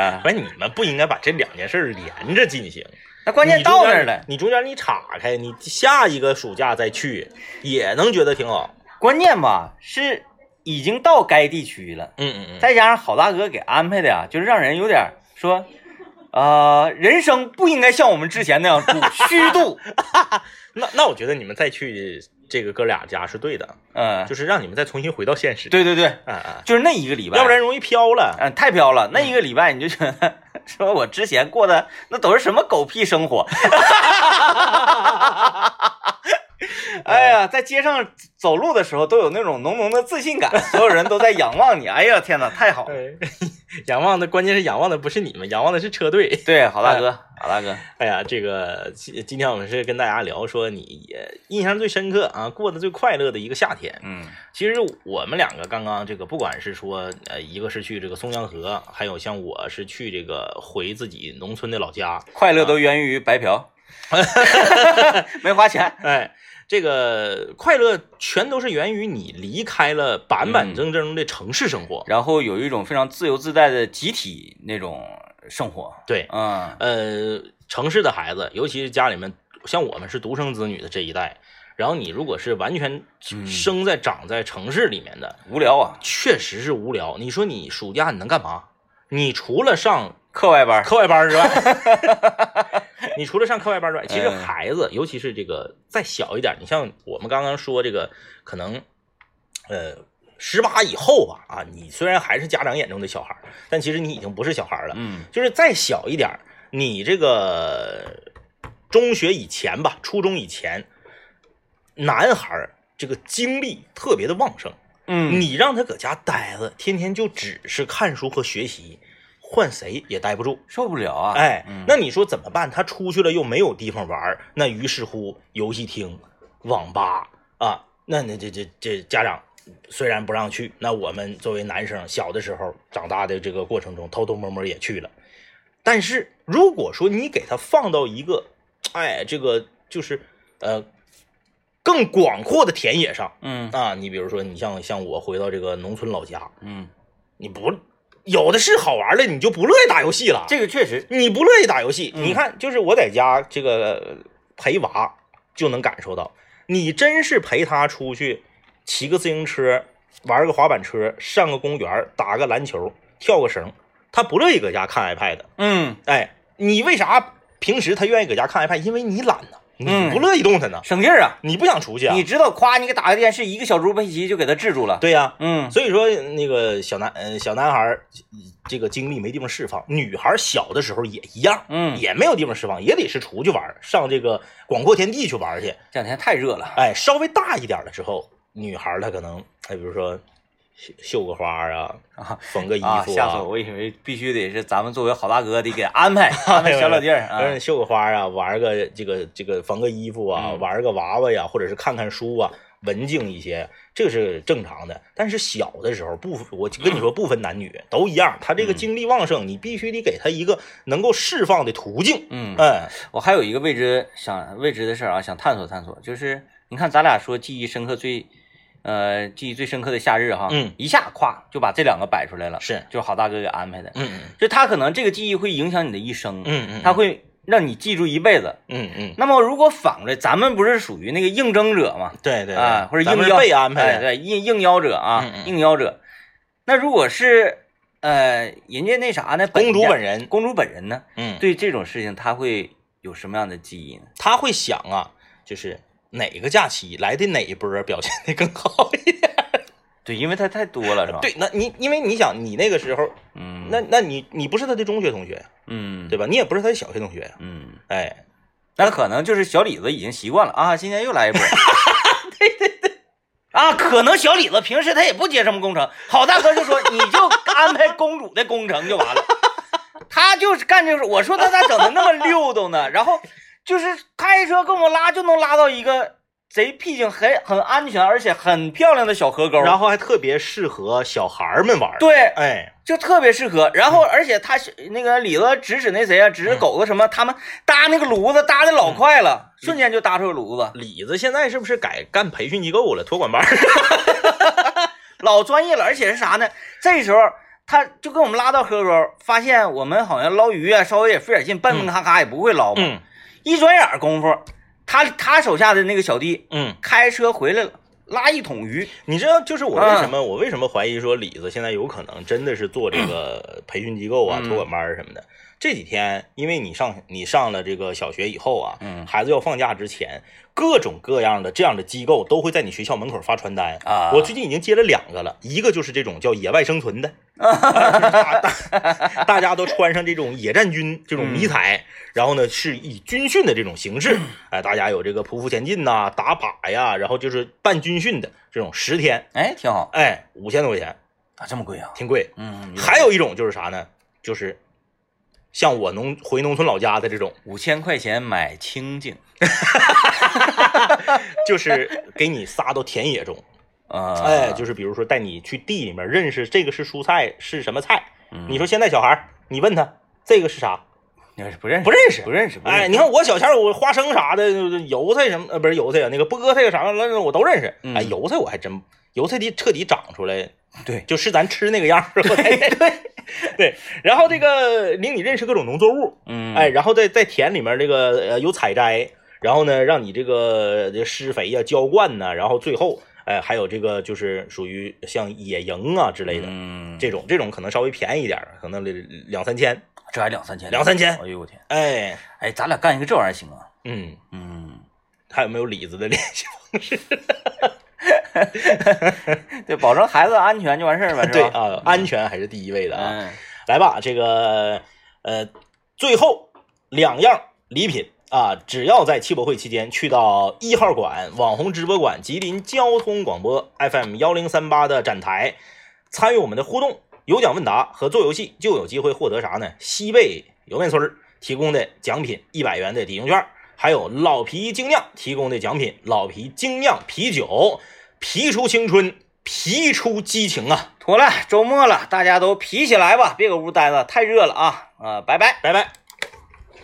Speaker 1: 啊，
Speaker 2: 不是你们不应该把这两件事儿连着进行。
Speaker 1: 那关键
Speaker 2: 你中
Speaker 1: 到那
Speaker 2: 间
Speaker 1: 儿了，
Speaker 2: 你中间你岔开，你下一个暑假再去也能觉得挺好。
Speaker 1: 关键吧是已经到该地区了。
Speaker 2: 嗯嗯嗯，
Speaker 1: 再加上好大哥给安排的呀、就是让人有点儿说，呃，人生不应该像我们之前那样主虚度，
Speaker 2: 那那我觉得你们再去这个哥俩家是对的，
Speaker 1: 嗯、
Speaker 2: 就是让你们再重新回到现实。，
Speaker 1: 对对对，
Speaker 2: 嗯嗯，
Speaker 1: 就是那一个礼拜，
Speaker 2: 要不然，容易飘了。
Speaker 1: 嗯、太飘了，那一个礼拜你就觉得 说我之前过的那都是什么狗屁生 活，哎呀，在街上走路的时候都有那种浓浓的自信感，所有人都在仰望你，哎呀天哪，太好了，
Speaker 2: 哎 仰望的关键是仰望的不是你们，仰望的是车队。
Speaker 1: 对，好大哥，好大哥，
Speaker 2: 哎呀，这个今今天我们是跟大家聊说你也印象最深刻啊，过得最快乐的一个夏天。
Speaker 1: 嗯
Speaker 2: 其实我们两个刚刚这个，不管是说呃，一个是去这个松江河，还有像我是去这个回自己农村的老家，
Speaker 1: 快乐都源于白 嫖，没花钱。
Speaker 2: 哎，这个快乐全都是源于你离开了板板正正的城市生活。
Speaker 1: 然后有一种非常自由自在的集体那种生活。
Speaker 2: 对，
Speaker 1: 嗯，
Speaker 2: 呃，城市的孩子，尤其是家里面像我们是独生子女的这一代，然后你如果是完全
Speaker 1: 嗯
Speaker 2: 生在长在城市里面的，
Speaker 1: 无聊啊，
Speaker 2: 确实是无聊。你说你暑假你能干嘛？你除了上
Speaker 1: 课外班儿。
Speaker 2: 课外班儿之外， 你除了上课外班儿之外，其实
Speaker 1: 嗯
Speaker 2: 孩子，尤其是这个再小一点儿，你像我们刚刚说这个，可能呃十八以后吧，啊，你虽然还是家长眼中的小孩儿，但其实你已经不是小孩儿了，
Speaker 1: 嗯
Speaker 2: 就是再小一点儿，你这个中学以前吧，初中以前，男孩儿这个精力特别的旺盛。
Speaker 1: 嗯，
Speaker 2: 你让他搁家待着，天天就只是看书和学习，换谁也待不住。
Speaker 1: 受不了啊。
Speaker 2: 哎
Speaker 1: 嗯，
Speaker 2: 那你说怎么办？他出去了又没有地方玩儿，那于是乎游戏厅、网吧啊，那那这这这家长虽然不让去，那我们作为男生，小的时候长大的这个过程中，偷偷摸摸也去了。但是如果说你给他放到一个，哎，这个就是呃更广阔的田野上
Speaker 1: 嗯
Speaker 2: 啊，你比如说你像像我回到这个农村老家，
Speaker 1: 嗯，
Speaker 2: 你不有的是好玩的，你就不乐意打游戏了。
Speaker 1: 这个确实，
Speaker 2: 你不乐意打游戏，
Speaker 1: 嗯
Speaker 2: 你看，就是我在家这个陪娃就能感受到，你真是陪他出去骑个自行车，玩个滑板车，上个公园，打个篮球，跳个绳，他不乐意搁家看 iPad。
Speaker 1: 嗯，
Speaker 2: 哎，你为啥平时他愿意搁家看 iPad？因为你懒呐，
Speaker 1: 嗯
Speaker 2: 你不乐意动弹呐，
Speaker 1: 省劲儿啊。
Speaker 2: 你不想出去啊
Speaker 1: 你？知道，夸你给打开电视，一个小猪佩奇就给他制住了。
Speaker 2: 对呀、
Speaker 1: 嗯
Speaker 2: 所以说，那个小男呃小男孩儿这个精力没地方释放，女孩儿小的时候也一样，
Speaker 1: 嗯，
Speaker 2: 也没有地方释放，也得是出去玩儿，上这个广阔天地去玩儿去。
Speaker 1: 这两天太热了。
Speaker 2: 哎，稍微大一点儿了之后，女孩儿她可能哎，比如说绣绣个花儿啊，缝个衣服
Speaker 1: 啊，吓死我！我以为必须得是咱们作为好大哥得给安 排安排小老弟儿啊。
Speaker 2: 嗯，绣个花儿啊，玩儿个这个这个缝个衣服啊，
Speaker 1: 嗯
Speaker 2: 玩儿个娃娃呀，或者是看看书啊，文静一些，这个是正常的。但是小的时候不，我跟你说不分男女，都一样，他这个
Speaker 1: 嗯
Speaker 2: 精力旺盛，你必须得给他一个能够释放的途径。
Speaker 1: 嗯，
Speaker 2: 嗯
Speaker 1: 我还有一个未知想未知的事儿啊，想探索探索，就是你看咱俩说记忆深刻最，呃，记忆最深刻的夏日哈，
Speaker 2: 嗯
Speaker 1: 一下咵就把这两个摆出来了，
Speaker 2: 是
Speaker 1: 就是好大哥给安排的，
Speaker 2: 嗯
Speaker 1: 就他可能这个记忆会影响你的一生，
Speaker 2: 嗯嗯，
Speaker 1: 他会让你记住一辈子。
Speaker 2: 嗯嗯，
Speaker 1: 那么如果反过来，咱们不是属于那个应征者嘛，
Speaker 2: 对对
Speaker 1: 啊，或者
Speaker 2: 咱
Speaker 1: 应
Speaker 2: 们是
Speaker 1: 邀
Speaker 2: 被安
Speaker 1: 哎
Speaker 2: 排的，
Speaker 1: 对，应应邀者啊，
Speaker 2: 嗯嗯
Speaker 1: 应邀者。那如果是呃，人家那啥呢，
Speaker 2: 公主
Speaker 1: 家
Speaker 2: 本人，
Speaker 1: 公主本人呢，
Speaker 2: 嗯，
Speaker 1: 对这种事情他会有什么样的记忆呢？
Speaker 2: 他会想啊，就是哪个假期来的哪一波儿表现的更好一点。
Speaker 1: 对，因为他太多了，是吧？，
Speaker 2: 对，那你因为你想，你那个时候，
Speaker 1: 嗯，
Speaker 2: 那那你你不是他的中学同学，
Speaker 1: 嗯，
Speaker 2: 对
Speaker 1: 吧？
Speaker 2: 吧？你也不是他的小学同学呀，
Speaker 1: 嗯，
Speaker 2: 哎，
Speaker 1: 那可能就是小李子已经习惯了啊，今天又来一波。对对 对。啊，可能小李子平时他也不接什么工程，好大哥就说你就安排公主的工程就完了，他就是干这事。我说他咋整的那么溜达呢？然后就是开车跟我拉就能拉到一个贼僻静、很很安全而且很漂亮的小河沟，
Speaker 2: 然后还特别适合小孩儿们玩。，
Speaker 1: 嗯对，
Speaker 2: 哎，
Speaker 1: 就特别适合。然
Speaker 2: 嗯
Speaker 1: 后，而且他是那个李子指使那谁啊，指使狗子什么，他们搭那个炉子搭的
Speaker 2: 嗯
Speaker 1: 老快了，瞬间就搭出个炉子，
Speaker 2: 李子现在是不是改干培训机构了，托管班儿？
Speaker 1: 老专业了。而且是啥呢？这时候他就给我们拉到河沟，发现我们好像捞鱼啊，稍微也费点劲，蹦蹦咔咔也不会捞嘛。
Speaker 2: 嗯
Speaker 1: 一转眼功夫，他他手下的那个小弟
Speaker 2: 嗯，
Speaker 1: 开车回来了，拉一桶鱼。
Speaker 2: 你知道，就是我为什么、
Speaker 1: 嗯
Speaker 2: 我为什么怀疑说李子现在有可能真的是做这个培训机构啊、
Speaker 1: 嗯
Speaker 2: 托管班儿什么的。这几天，因为你上你上了这个小学以后啊，
Speaker 1: 嗯
Speaker 2: 孩子要放假之前，各种各样的这样的机构都会在你学校门口发传单
Speaker 1: 啊
Speaker 2: 我最近已经接了两个了，一个就是这种叫野外生 存的，啊就是大大大家都穿上这种野战军这种迷
Speaker 1: 嗯
Speaker 2: 彩，然后呢是以军训的这种 形式，哎，大家有这个匍匐前进呐、打靶呀，然后就是办军训的这种十天，
Speaker 1: 哎，挺好
Speaker 2: 哎，五千多块钱，
Speaker 1: 啊，这么贵啊？
Speaker 2: 挺贵。
Speaker 1: 嗯，
Speaker 2: 还有一种就是啥呢？就是像我农回农村老家的这种。
Speaker 1: 五千块钱买清净
Speaker 2: 就是给你撒到田野中，
Speaker 1: 啊，
Speaker 2: 哎，就是比如说带你去地里面认识这个是蔬菜是什么菜。
Speaker 1: 嗯
Speaker 2: 你说现在小孩儿，你问他这个是啥，
Speaker 1: 你不认识
Speaker 2: 不认识
Speaker 1: 不。认识，不认识
Speaker 2: 哎，你看我小前儿我花生啥的，油菜什么呃不是油菜啊，那个菠菜啥的我都认识。
Speaker 1: 嗯
Speaker 2: 哎，油菜我还真油菜地彻底长出来，
Speaker 1: 对
Speaker 2: 就是咱吃那个样儿，我才对 对。然后这个领你认识各种农作物，
Speaker 1: 嗯，
Speaker 2: 哎，，然后在在田里面这个呃有采摘，然后呢让你这个这施肥呀、浇灌呐、然后最后哎还有这个就是属于像野营啊之类的、
Speaker 1: 嗯，
Speaker 2: 这种，这种可能稍微便宜一点儿，可能两两三千，
Speaker 1: 这还两三千，
Speaker 2: 两三千
Speaker 1: 哎呦我天，
Speaker 2: 哎，
Speaker 1: 哎，咱俩干一个这玩意儿行啊？
Speaker 2: 嗯，
Speaker 1: 嗯，
Speaker 2: 还有没有李子的 联系方
Speaker 1: 对，保证孩子安全就完事儿 呗，
Speaker 2: 式？
Speaker 1: 是吧？
Speaker 2: 对啊，安全还是第一位的啊。
Speaker 1: 嗯，
Speaker 2: 来吧，这个呃，最后两样礼品啊，只要在汽博会期间去到一号馆网红直播馆吉林交通广播 FM 幺零三八的展台，参与我们的互动、有奖问答和做游戏，就有机会获得啥呢？西贝莜面村儿提供的奖品一百元的抵用券，还有老皮精酿提供的奖品老皮精酿啤酒，皮出青春。皮出激情啊！
Speaker 1: 妥了，周末了，大家都皮起来吧，别搁屋待着，太热了啊！啊、呃，拜拜。
Speaker 2: 拜拜。